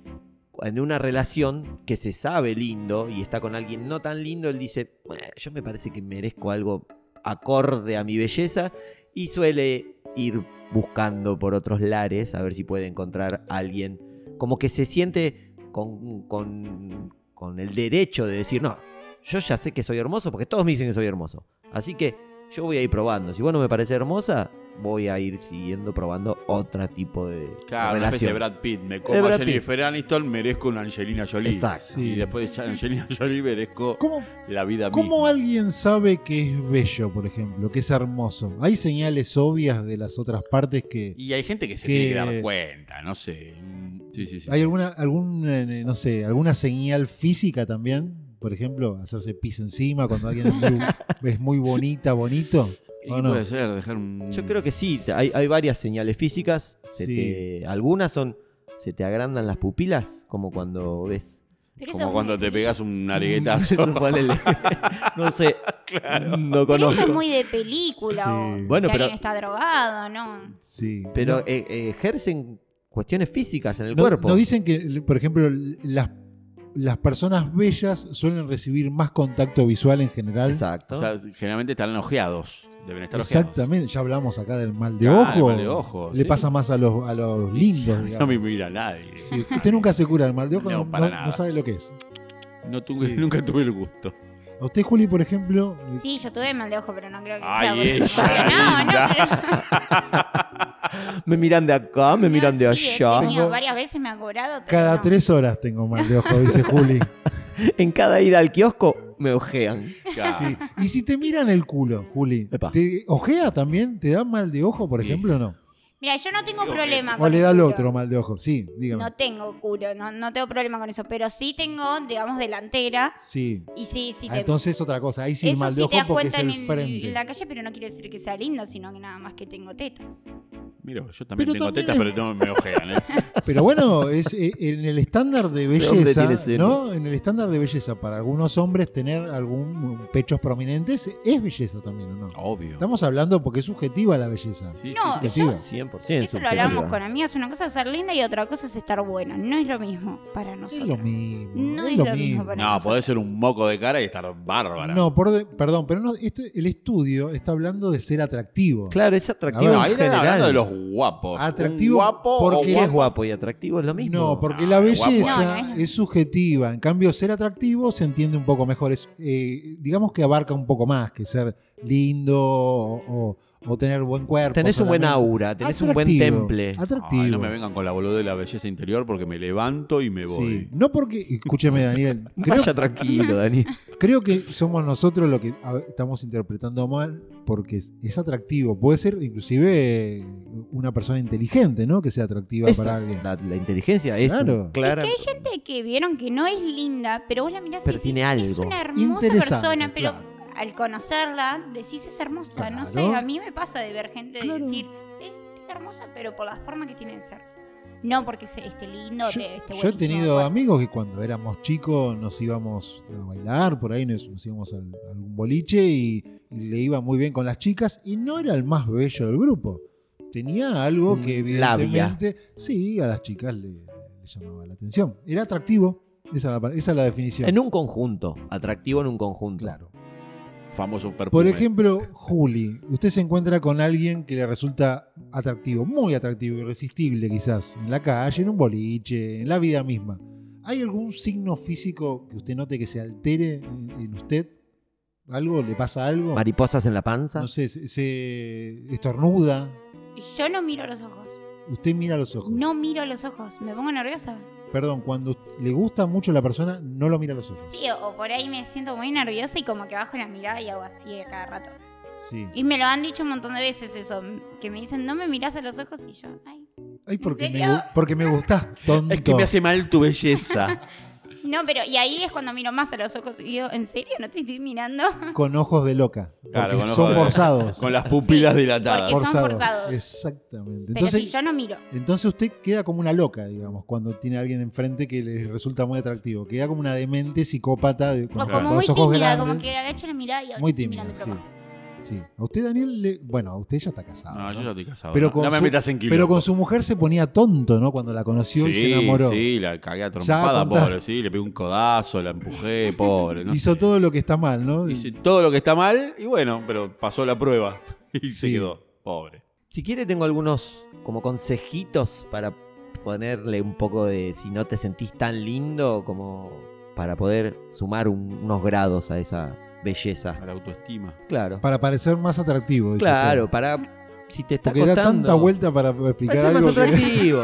Speaker 2: en una relación que se sabe lindo y está con alguien no tan lindo, él dice, "Bueno, yo me parece que merezco algo acorde a mi belleza y suele ir buscando por otros lares a ver si puede encontrar a alguien como que se siente con, con- con el derecho de decir, no, yo ya sé que soy hermoso porque todos me dicen que soy hermoso. Así que yo voy a ir probando. Si vos no me parece hermosa, voy a ir siguiendo probando otro tipo de
Speaker 3: Claro, una especie de
Speaker 2: relación.
Speaker 3: Brad Pitt. Me
Speaker 2: De
Speaker 3: como
Speaker 2: Brad
Speaker 3: a
Speaker 2: Pitt.
Speaker 3: Jennifer Aniston, merezco una Angelina Jolie.
Speaker 2: Exacto.
Speaker 1: Sí.
Speaker 3: Y después de Angelina Jolie merezco
Speaker 1: ¿Cómo,
Speaker 3: la vida
Speaker 1: cómo
Speaker 3: misma.
Speaker 1: alguien sabe que es bello, por ejemplo, que es hermoso? ¿Hay señales obvias de las otras partes que...
Speaker 3: Y hay gente que se
Speaker 1: que-
Speaker 3: tiene que dar cuenta, no sé. Mm, Sí, sí, sí.
Speaker 1: ¿Hay alguna, algún, eh, no sé, alguna señal física también? Por ejemplo, hacerse pis encima cuando alguien es muy, es muy bonita, bonito.
Speaker 3: Y
Speaker 1: ¿O no?
Speaker 3: puede ser, dejar un...
Speaker 2: Yo creo que sí, te- hay, hay varias señales físicas. Se
Speaker 1: Sí.
Speaker 2: te- algunas son, se te agrandan las pupilas, como cuando ves...
Speaker 4: Pero eso es
Speaker 3: Como
Speaker 4: muy
Speaker 3: cuando
Speaker 4: de
Speaker 3: te
Speaker 4: peli.
Speaker 3: pegas
Speaker 1: Mm.
Speaker 3: un areguetazo.
Speaker 2: Ponele. no sé, no
Speaker 4: Pero eso es
Speaker 2: conozco.
Speaker 4: muy de película.
Speaker 1: Sí.
Speaker 4: o
Speaker 2: Bueno,
Speaker 4: si
Speaker 2: pero-
Speaker 4: alguien está drogado, ¿no?
Speaker 1: Sí.
Speaker 2: Pero
Speaker 1: No-
Speaker 2: eh, eh, ejercen cuestiones físicas en el
Speaker 1: no,
Speaker 2: cuerpo.
Speaker 1: no dicen que, por ejemplo, las, las personas bellas suelen recibir más contacto visual en general.
Speaker 2: Exacto.
Speaker 3: O sea, generalmente están ojeados. Deben estar ojeados.
Speaker 1: Exactamente, ya hablamos acá del mal de
Speaker 3: Ah, el
Speaker 1: ojo.
Speaker 3: mal de ojo,
Speaker 1: Le
Speaker 3: sí.
Speaker 1: pasa más a los, a los lindos,
Speaker 3: No
Speaker 1: digamos.
Speaker 3: me mira nadie.
Speaker 1: Sí, Usted nunca se cura del mal de ojo,
Speaker 3: No,
Speaker 1: no,
Speaker 3: para
Speaker 1: no-
Speaker 3: nada.
Speaker 1: no sabe lo que es.
Speaker 3: No tuve,
Speaker 1: Sí.
Speaker 3: Nunca tuve el gusto.
Speaker 1: A usted, Juli, por ejemplo,
Speaker 4: Sí, yo tuve mal de ojo, pero no creo que
Speaker 3: Ay,
Speaker 4: sea. por eso.
Speaker 3: ella,
Speaker 4: no, no,
Speaker 3: linda.
Speaker 4: pero-
Speaker 2: me miran de
Speaker 1: Ah,
Speaker 2: acá, me
Speaker 4: No,
Speaker 2: miran de
Speaker 4: sí,
Speaker 2: allá.
Speaker 4: He tenido
Speaker 1: Tengo-
Speaker 4: varias veces me ha cobrado. pero
Speaker 1: cada
Speaker 4: no.
Speaker 1: tres horas tengo mal de ojo, dice Juli.
Speaker 2: En cada ida al kiosco me ojean.
Speaker 3: Claro.
Speaker 1: Sí. Y si te miran el culo, Juli,
Speaker 2: Epa.
Speaker 1: ¿te ojea también? ¿Te da mal de ojo, por
Speaker 3: Sí.
Speaker 1: ejemplo, o no?
Speaker 4: Mira, yo no tengo
Speaker 3: Digo,
Speaker 4: problema
Speaker 1: ¿O
Speaker 4: con
Speaker 1: le
Speaker 4: el
Speaker 1: da al
Speaker 4: culo.
Speaker 1: otro mal de ojo? Sí, dígame.
Speaker 4: Ah, No tengo culo, no, no tengo problema con eso. Pero sí tengo, digamos, delantera.
Speaker 1: Sí.
Speaker 4: Y sí, sí
Speaker 1: Ah,
Speaker 4: te.
Speaker 1: Entonces, otra cosa, ahí sí el
Speaker 4: eso
Speaker 1: mal de
Speaker 4: sí
Speaker 1: ojo
Speaker 4: te das
Speaker 1: porque
Speaker 4: cuenta
Speaker 1: es
Speaker 4: en,
Speaker 1: el
Speaker 4: el-
Speaker 1: frente.
Speaker 4: en la calle, pero no quiere decir que sea lindo, sino que nada más que tengo tetas.
Speaker 3: Mira, yo también
Speaker 1: Pero
Speaker 3: tengo
Speaker 1: también
Speaker 3: tetas,
Speaker 1: es-
Speaker 3: pero no me ojean. ¿eh?
Speaker 1: Pero bueno, es eh, en el estándar de
Speaker 2: Ese hombre
Speaker 1: belleza,
Speaker 2: tiene senos.
Speaker 1: ¿no? En el estándar de belleza para algunos hombres tener algún pechos prominentes es belleza también, ¿o no?
Speaker 3: Obvio.
Speaker 1: Estamos hablando porque es subjetiva la belleza.
Speaker 3: Sí, sí,
Speaker 4: No,
Speaker 3: sí.
Speaker 1: Subjetiva.
Speaker 2: 100%.
Speaker 4: eso lo hablamos con amigas. Una cosa es ser linda y otra cosa es estar buena. No es lo mismo para
Speaker 1: Es
Speaker 4: nosotros.
Speaker 1: lo mismo.
Speaker 4: No
Speaker 1: es
Speaker 4: es
Speaker 1: lo
Speaker 4: lo mismo
Speaker 1: mismo.
Speaker 4: para
Speaker 3: No, podés ser un moco de cara y estar bárbara.
Speaker 1: No, por de- perdón, pero no, este- el estudio está hablando de ser atractivo.
Speaker 2: Claro, es atractivo.
Speaker 1: A ver,
Speaker 3: No,
Speaker 2: en
Speaker 3: ahí están
Speaker 2: general.
Speaker 3: hablando de los guapos.
Speaker 1: Atractivo
Speaker 3: Un guapo o
Speaker 1: porque-
Speaker 2: ¿Qué es
Speaker 3: guapo.
Speaker 2: guapo y atractivo? Es lo mismo.
Speaker 1: No, porque
Speaker 3: No,
Speaker 1: la
Speaker 3: guapo.
Speaker 1: belleza
Speaker 4: No, no es-
Speaker 1: es subjetiva. En cambio, ser atractivo se entiende un poco mejor. Es, eh, digamos que abarca un poco más que ser lindo o, o- o tener buen cuerpo.
Speaker 2: Tenés un buen
Speaker 1: solamente.
Speaker 2: aura, tenés un buen
Speaker 1: Atractivo,
Speaker 2: temple.
Speaker 1: Atractivo.
Speaker 3: Ay, no me vengan con la boludez de la belleza interior porque me levanto y me
Speaker 1: Sí.
Speaker 3: voy.
Speaker 1: No porque, escúcheme Daniel, creo,
Speaker 2: Vaya tranquilo, Dani.
Speaker 1: creo que somos nosotros lo que a- estamos interpretando mal porque es, es atractivo. Puede ser inclusive eh, una persona inteligente, ¿no? Que sea atractiva
Speaker 2: Esa,
Speaker 1: para alguien.
Speaker 2: la, la inteligencia es
Speaker 1: Claro.
Speaker 2: un clara.
Speaker 4: Gente que vieron que no es linda, pero vos la mirás
Speaker 2: Pero
Speaker 4: y decís,
Speaker 2: tiene
Speaker 4: es
Speaker 2: algo.
Speaker 4: una hermosa
Speaker 1: Interesante,
Speaker 4: persona, pero
Speaker 1: claro.
Speaker 4: al conocerla decís es hermosa. No sé,
Speaker 1: Claro.
Speaker 4: a mí me pasa de ver gente de
Speaker 1: Claro.
Speaker 4: decir es, es hermosa, pero por la forma que tiene de ser. No porque se- esté lindo,
Speaker 1: Yo,
Speaker 4: te-
Speaker 1: yo
Speaker 4: esté
Speaker 1: he
Speaker 4: buenísimo,
Speaker 1: tenido
Speaker 4: bueno.
Speaker 1: amigos que cuando éramos chicos nos íbamos a bailar, por ahí nos, nos íbamos al- a algún boliche y, y le iba muy bien con las chicas y no era el más bello del grupo. Tenía algo que
Speaker 2: Mm, labia.
Speaker 1: evidentemente sí, a las chicas le, le llamaba la atención. Era atractivo, esa es la, pa- esa es la definición.
Speaker 2: En un conjunto. Atractivo en un conjunto.
Speaker 1: Claro.
Speaker 3: Famoso perfume.
Speaker 1: Por ejemplo, Juli, usted se encuentra con alguien que le resulta atractivo, muy atractivo, irresistible quizás, en la calle, en un boliche, en la vida misma. ¿Hay algún signo físico que usted note que se altere en en usted? ¿Algo? ¿Le pasa algo?
Speaker 2: Mariposas en la panza.
Speaker 1: No sé, se, se estornuda.
Speaker 4: Yo no miro los ojos.
Speaker 1: Usted mira los ojos.
Speaker 4: No miro los ojos. Me pongo nerviosa.
Speaker 1: Perdón, cuando le gusta mucho la persona, no lo mira los ojos.
Speaker 4: Sí, o, o por ahí me siento muy nerviosa y como que bajo la mirada y hago así a cada rato.
Speaker 1: Sí.
Speaker 4: Y me lo han dicho un montón de veces eso. Que me dicen, no me mirás a los ojos y yo, ay.
Speaker 1: Ay, porque me,
Speaker 4: serio?
Speaker 1: gu- porque me gustás, tonto.
Speaker 3: Es que me hace mal tu belleza.
Speaker 4: No, pero y ahí es cuando miro más a los ojos y digo, ¿en serio? ¿No te estoy mirando?
Speaker 1: Con ojos de loca.
Speaker 3: Claro,
Speaker 1: porque
Speaker 3: con
Speaker 1: son
Speaker 3: ojos de-
Speaker 1: forzados.
Speaker 3: con las pupilas
Speaker 4: Sí,
Speaker 3: dilatadas.
Speaker 4: porque- son forzados.
Speaker 1: Exactamente.
Speaker 4: pero
Speaker 1: Entonces,
Speaker 4: si yo no miro.
Speaker 1: entonces usted queda como una loca, digamos, cuando tiene a alguien enfrente que le resulta muy atractivo. Queda como una demente psicópata de- con,
Speaker 4: O
Speaker 1: con
Speaker 4: como muy
Speaker 1: los ojos
Speaker 4: tímida,
Speaker 1: grandes.
Speaker 4: como que agacho la mirada y ahora
Speaker 1: muy
Speaker 4: estoy
Speaker 1: tímida,
Speaker 4: mirando
Speaker 1: sí.
Speaker 4: para abajo.
Speaker 1: Sí. A usted, Daniel, le- bueno, a usted ya está casado.
Speaker 3: No,
Speaker 1: ¿no?
Speaker 3: yo ya estoy casado.
Speaker 1: Pero
Speaker 3: no,
Speaker 1: con
Speaker 3: no me
Speaker 1: su-
Speaker 3: metas en quilombo.
Speaker 1: Pero con su mujer se ponía tonto, ¿no? Cuando la conoció y se enamoró.
Speaker 3: Sí, la cagué a trompada,
Speaker 1: contá.
Speaker 3: pobre. Sí, le pegué un codazo, la empujé, pobre. ¿no?
Speaker 1: Hizo todo lo que está mal, ¿no?
Speaker 3: Hice todo lo que está mal y bueno, pero pasó la prueba y se
Speaker 1: Sí.
Speaker 3: quedó, pobre.
Speaker 2: Si quiere tengo algunos como consejitos para ponerle un poco de si no te sentís tan lindo como para poder sumar un- unos grados a esa belleza.
Speaker 3: A la autoestima.
Speaker 2: Claro.
Speaker 1: Para parecer más atractivo. dice
Speaker 2: Claro,
Speaker 1: usted.
Speaker 2: para si te está
Speaker 1: Porque da
Speaker 2: costando.
Speaker 1: tanta vuelta para explicar
Speaker 2: para ser más
Speaker 1: algo. que-
Speaker 2: atractivo.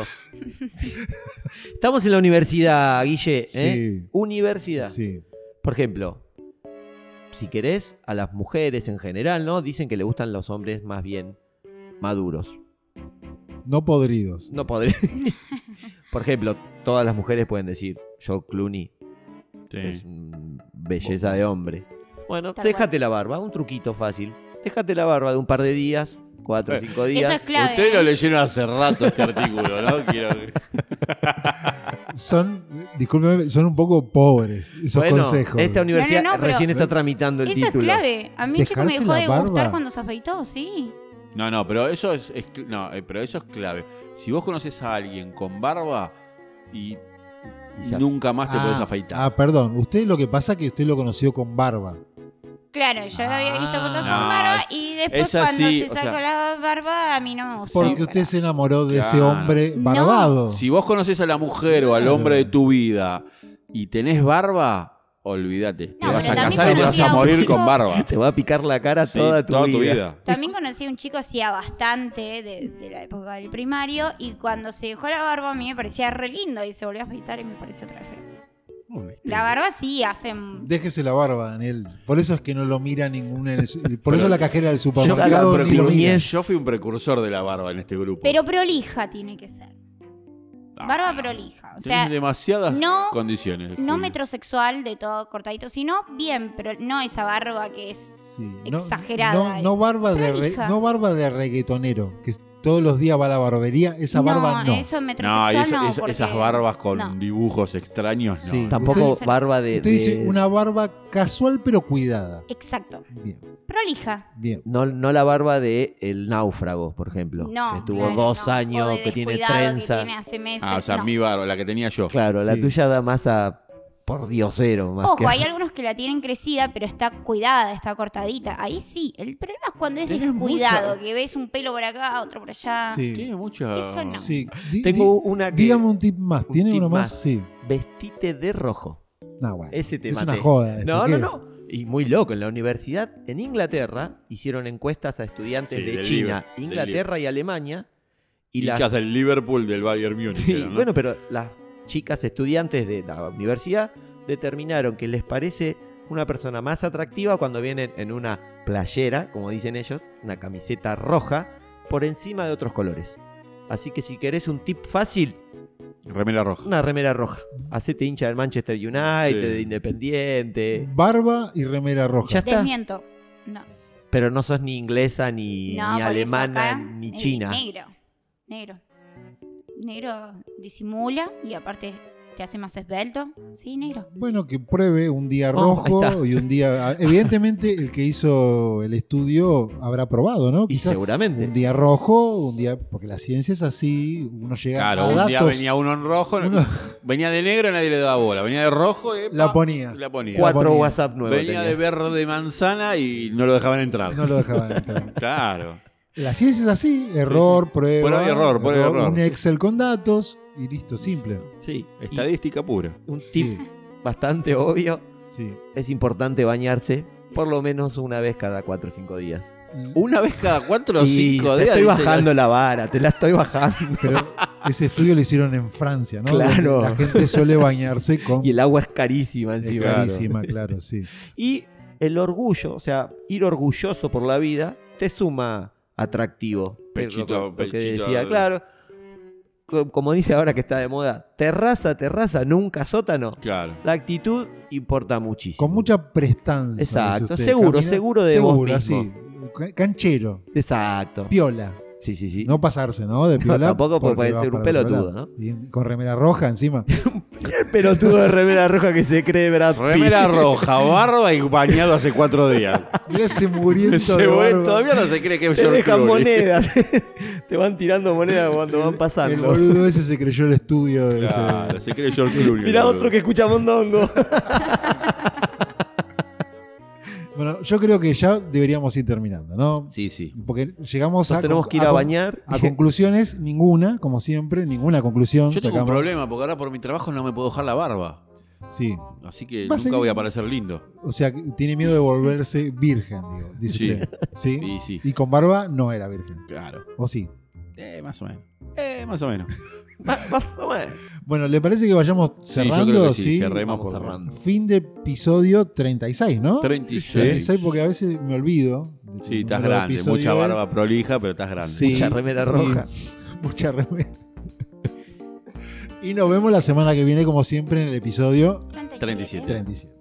Speaker 2: Estamos en la universidad, Guille. ¿eh?
Speaker 1: Sí,
Speaker 2: Universidad.
Speaker 1: sí.
Speaker 2: Por ejemplo, si querés, a las mujeres en general, ¿no? Dicen que le gustan los hombres más bien maduros.
Speaker 1: No podridos.
Speaker 2: No podré. Por ejemplo, todas las mujeres pueden decir, yo Clooney es mm, belleza de hombre. Bueno,
Speaker 4: Tal
Speaker 2: déjate la barba, un truquito fácil. Déjate la barba de un par de días, cuatro o
Speaker 3: Eh,
Speaker 2: cinco días.
Speaker 4: Eso es clave.
Speaker 3: Ustedes
Speaker 4: ¿eh?
Speaker 3: lo leyeron hace rato este artículo, ¿no? Quiero-
Speaker 1: Son, discúlpeme, son un poco pobres esos
Speaker 2: bueno,
Speaker 1: consejos.
Speaker 3: este
Speaker 2: esta universidad
Speaker 4: No, no, no, pero-
Speaker 2: recién está tramitando el
Speaker 4: Eso es
Speaker 2: título.
Speaker 4: clave. A mí el chico me
Speaker 1: Dejarse
Speaker 4: dejó
Speaker 1: la
Speaker 4: de
Speaker 1: barba.
Speaker 4: gustar cuando se afeitó, sí.
Speaker 3: No, no, pero eso es, es cl- no, eh, pero eso es clave. Si vos conoces a alguien con barba y
Speaker 2: Y ya.
Speaker 3: nunca más te
Speaker 1: Ah,
Speaker 3: podés afeitar.
Speaker 1: Ah, perdón. Usted lo que pasa es que usted lo conoció con barba.
Speaker 4: Claro, yo había visto
Speaker 1: Ah.
Speaker 4: fotos con
Speaker 3: No,
Speaker 4: barba y después
Speaker 3: esa
Speaker 4: cuando
Speaker 3: sí,
Speaker 4: se
Speaker 3: o
Speaker 4: sacó
Speaker 3: sea-
Speaker 4: la barba a mí no me gustó.
Speaker 1: Porque usted se enamoró de ese
Speaker 3: Claro.
Speaker 1: hombre
Speaker 4: No.
Speaker 1: barbado.
Speaker 3: Si vos conoces a la mujer o al
Speaker 1: Claro.
Speaker 3: hombre de tu vida y tenés barba, olvídate. Te
Speaker 4: No,
Speaker 3: vas
Speaker 4: pero
Speaker 3: a
Speaker 4: también
Speaker 3: casar y te vas
Speaker 4: conocí
Speaker 3: a
Speaker 4: a un
Speaker 3: morir
Speaker 4: chico-
Speaker 3: con barba.
Speaker 2: Te va a picar la cara
Speaker 3: Sí,
Speaker 2: toda, tu, vida.
Speaker 4: También conocí a un chico hacía bastante de, de la época del primario y cuando se dejó la barba a mí me parecía re lindo y se volvió a afeitar y me pareció otra vez feo. La barba sí hace...
Speaker 1: Déjese la barba, Daniel. Por eso es que no lo mira ningún. en el- Por eso la cajera del
Speaker 3: Yo, fui
Speaker 1: supermercado
Speaker 3: un
Speaker 1: ni lo mira.
Speaker 3: precursor- yo fui un precursor de la barba en este grupo.
Speaker 4: Pero prolija tiene que ser.
Speaker 3: Ah,
Speaker 4: Barba
Speaker 3: no.
Speaker 4: prolija. O
Speaker 3: Tenés
Speaker 4: sea,
Speaker 3: demasiadas
Speaker 4: no-
Speaker 3: condiciones.
Speaker 4: no
Speaker 3: Juli.
Speaker 4: metrosexual de todo cortadito, sino bien, pero no esa barba que es...
Speaker 1: Sí, no-
Speaker 4: Exagerada eh.
Speaker 1: No, no barba de re-
Speaker 4: Prolija.
Speaker 1: no barba de reggaetonero, que todos los días va a la barbería. Esa barba no.
Speaker 4: eso es
Speaker 3: No,
Speaker 4: metrosexual
Speaker 3: y
Speaker 4: no.
Speaker 3: eso- es-
Speaker 4: porque-
Speaker 3: esas barbas con
Speaker 4: no.
Speaker 3: dibujos extraños, no.
Speaker 1: Sí.
Speaker 2: Tampoco
Speaker 1: Usted-
Speaker 2: barba de,
Speaker 1: Usted dice
Speaker 2: de-
Speaker 1: una barba casual pero cuidada.
Speaker 4: Exacto.
Speaker 1: Bien,
Speaker 4: Prolija.
Speaker 1: bien.
Speaker 2: No, no la barba de El Náufrago, por ejemplo.
Speaker 4: No.
Speaker 2: que estuvo
Speaker 4: claro,
Speaker 2: dos
Speaker 4: no. O
Speaker 2: años,
Speaker 4: de
Speaker 2: que tiene
Speaker 4: descuidado
Speaker 2: trenza.
Speaker 4: Que tiene hace meses.
Speaker 3: Ah, o sea,
Speaker 4: no.
Speaker 3: mi barba, la que tenía yo.
Speaker 2: Claro, la
Speaker 1: Sí.
Speaker 2: tuya da más a por diosero. Más que-
Speaker 4: Ojo, hay algunos que la tienen crecida, pero está cuidada, está cortadita. Ahí sí. El problema es cuando es
Speaker 3: Tenés
Speaker 4: descuidado,
Speaker 3: mucha-
Speaker 4: que ves un pelo por acá, otro por allá.
Speaker 1: Sí.
Speaker 3: Tiene mucha.
Speaker 4: Eso no.
Speaker 1: sí. Di-
Speaker 2: Tengo una
Speaker 1: di-
Speaker 2: que
Speaker 1: dígame un tip más.
Speaker 2: un
Speaker 1: ¿Tiene
Speaker 2: tip
Speaker 1: uno más?
Speaker 2: más.
Speaker 1: Sí.
Speaker 2: vestite de rojo.
Speaker 1: No, bueno.
Speaker 2: Ese te
Speaker 1: es
Speaker 2: maté.
Speaker 1: una joda. esto,
Speaker 2: No,
Speaker 1: ¿qué
Speaker 2: no,
Speaker 1: es?
Speaker 2: no. Y muy loco, en la universidad en Inglaterra hicieron encuestas a estudiantes
Speaker 3: Sí,
Speaker 2: de
Speaker 3: del
Speaker 2: China,
Speaker 3: Liber- del
Speaker 2: Inglaterra y Alemania. Y
Speaker 3: Hinchas
Speaker 2: las
Speaker 3: del Liverpool, del Bayern Múnich.
Speaker 2: Sí,
Speaker 3: eran, ¿no?
Speaker 2: bueno, pero las chicas estudiantes de la universidad determinaron que les parece una persona más atractiva cuando vienen en una playera, como dicen ellos, una camiseta roja, por encima de otros colores. Así que si querés un tip fácil,
Speaker 3: Remera roja.
Speaker 2: una remera roja. Hacete hincha del Manchester United,
Speaker 3: Sí.
Speaker 2: de Independiente.
Speaker 1: Barba y remera
Speaker 2: Eh, Ya
Speaker 1: roja.
Speaker 2: está.
Speaker 4: Desmiento. No.
Speaker 2: Pero no sos ni inglesa, ni,
Speaker 4: no,
Speaker 2: ni
Speaker 4: por eso
Speaker 2: alemana,
Speaker 4: acá,
Speaker 2: ni
Speaker 4: eh,
Speaker 2: china.
Speaker 4: Negro. Negro. Negro disimula y aparte te hace más esbelto. Sí, negro.
Speaker 1: Bueno, que pruebe un día
Speaker 2: Oh, ahí
Speaker 1: rojo
Speaker 2: está.
Speaker 1: y un día. ah, Evidentemente, el que hizo el estudio habrá probado, ¿no?
Speaker 2: Y
Speaker 1: Quizás
Speaker 2: seguramente.
Speaker 1: un día rojo, un día. Porque la ciencia es así, uno llega
Speaker 3: Claro,
Speaker 1: a
Speaker 3: un día
Speaker 1: eh, datos.
Speaker 3: venía uno en rojo,
Speaker 1: Uno-
Speaker 3: venía de negro, nadie le daba bola. Venía de rojo, epa,
Speaker 1: La ponía.
Speaker 3: la ponía.
Speaker 2: Cuatro
Speaker 1: ponía.
Speaker 2: WhatsApp nuevos.
Speaker 3: venía
Speaker 2: tenía.
Speaker 3: de verde manzana y no lo dejaban entrar.
Speaker 1: No lo dejaban entrar.
Speaker 3: Claro.
Speaker 1: La ciencia es así: error, prueba.
Speaker 3: Prueba y error, prueba y error.
Speaker 1: Un Excel con datos y listo, simple.
Speaker 2: Sí. y
Speaker 3: Estadística pura.
Speaker 2: Un tip
Speaker 1: Sí,
Speaker 2: bastante obvio.
Speaker 1: sí.
Speaker 2: es importante bañarse por lo menos una vez cada 4 o 5 días.
Speaker 3: Una vez cada cuatro o
Speaker 2: Y
Speaker 3: cinco
Speaker 2: te
Speaker 3: días.
Speaker 2: estoy
Speaker 3: dice la-
Speaker 2: bajando la vara, te la estoy bajando.
Speaker 1: Pero ese estudio lo hicieron en Francia, ¿no?
Speaker 2: Claro.
Speaker 1: Donde La gente suele bañarse con.
Speaker 2: Y el agua es carísima
Speaker 1: es
Speaker 2: encima.
Speaker 1: carísima, claro, sí.
Speaker 2: Y el orgullo, o sea, ir orgulloso por la vida, te suma atractivo. Es lo que-
Speaker 3: Pechito,
Speaker 2: lo, que
Speaker 3: pechito.
Speaker 2: decía, claro. Co- Como dice ahora que está de moda, terraza, terraza, nunca sótano.
Speaker 3: Claro.
Speaker 2: La actitud importa muchísimo.
Speaker 1: Con mucha prestancia.
Speaker 2: Exacto,
Speaker 1: dice usted.
Speaker 2: seguro, seguro de vos
Speaker 1: Seguro,
Speaker 2: mismo.
Speaker 1: así. Ca- Canchero,
Speaker 2: Exacto.
Speaker 1: piola.
Speaker 2: Sí, sí, sí.
Speaker 1: No pasarse, ¿no? De piola.
Speaker 2: tampoco, porque puede
Speaker 1: vas
Speaker 2: ser un
Speaker 1: para el otro
Speaker 2: pelotudo,
Speaker 1: lado. Y con remera roja encima.
Speaker 2: El pelotudo de remera roja que se cree Brad Pitt.
Speaker 3: Remera roja, barba y bañado hace cuatro días.
Speaker 1: Mirá ese mugriento
Speaker 3: Ese
Speaker 1: de
Speaker 3: güey
Speaker 1: barba.
Speaker 3: todavía no se cree que es
Speaker 2: Te
Speaker 3: George
Speaker 2: dejan
Speaker 3: Clooney.
Speaker 2: monedas. Te van tirando monedas cuando van
Speaker 1: El
Speaker 2: pasando.
Speaker 1: boludo ese se creyó el estudio de ese.
Speaker 3: Claro, se cree George Clooney.
Speaker 2: Mirá
Speaker 3: boludo.
Speaker 2: otro que escucha mondongo.
Speaker 1: Bueno, yo creo que ya deberíamos ir terminando, ¿no?
Speaker 3: Sí, sí.
Speaker 1: Porque llegamos
Speaker 2: Nos
Speaker 1: a.
Speaker 2: tenemos
Speaker 1: conc-
Speaker 2: que ir a
Speaker 1: con-
Speaker 2: bañar.
Speaker 1: A conclusiones, ninguna, como siempre, ninguna conclusión.
Speaker 3: Yo tengo un
Speaker 1: sacamos.
Speaker 3: problema, porque ahora por mi trabajo no me puedo dejar la barba.
Speaker 1: Sí.
Speaker 3: Así que
Speaker 1: Va a
Speaker 3: nunca
Speaker 1: seguir-
Speaker 3: voy a parecer lindo.
Speaker 1: O sea, que tiene miedo de volverse virgen, digo, dice
Speaker 3: Sí.
Speaker 1: usted. ¿Sí?
Speaker 3: Sí, sí.
Speaker 1: Y con barba no era virgen.
Speaker 3: Claro.
Speaker 1: ¿O sí?
Speaker 3: Eh, más o menos. Eh, más o menos.
Speaker 2: Va- va- va-
Speaker 1: Bueno, ¿le parece que vayamos
Speaker 3: Sí, yo creo
Speaker 1: cerrando?
Speaker 3: que
Speaker 1: Sí,
Speaker 3: Cerremos
Speaker 2: Vamos
Speaker 3: por
Speaker 2: cerrando.
Speaker 1: Fin de episodio 36, ¿no?
Speaker 3: 36.
Speaker 1: 36 porque a veces me olvido. de
Speaker 3: Sí,
Speaker 1: el
Speaker 3: estás
Speaker 1: número de
Speaker 3: grande.
Speaker 1: episodios.
Speaker 3: Mucha barba prolija, pero estás grande.
Speaker 1: Sí.
Speaker 2: Mucha remera roja.
Speaker 1: Y- mucha remera.
Speaker 4: ¿eh?
Speaker 1: Y nos vemos la semana que viene, como siempre, en el episodio
Speaker 3: 37.
Speaker 1: 37.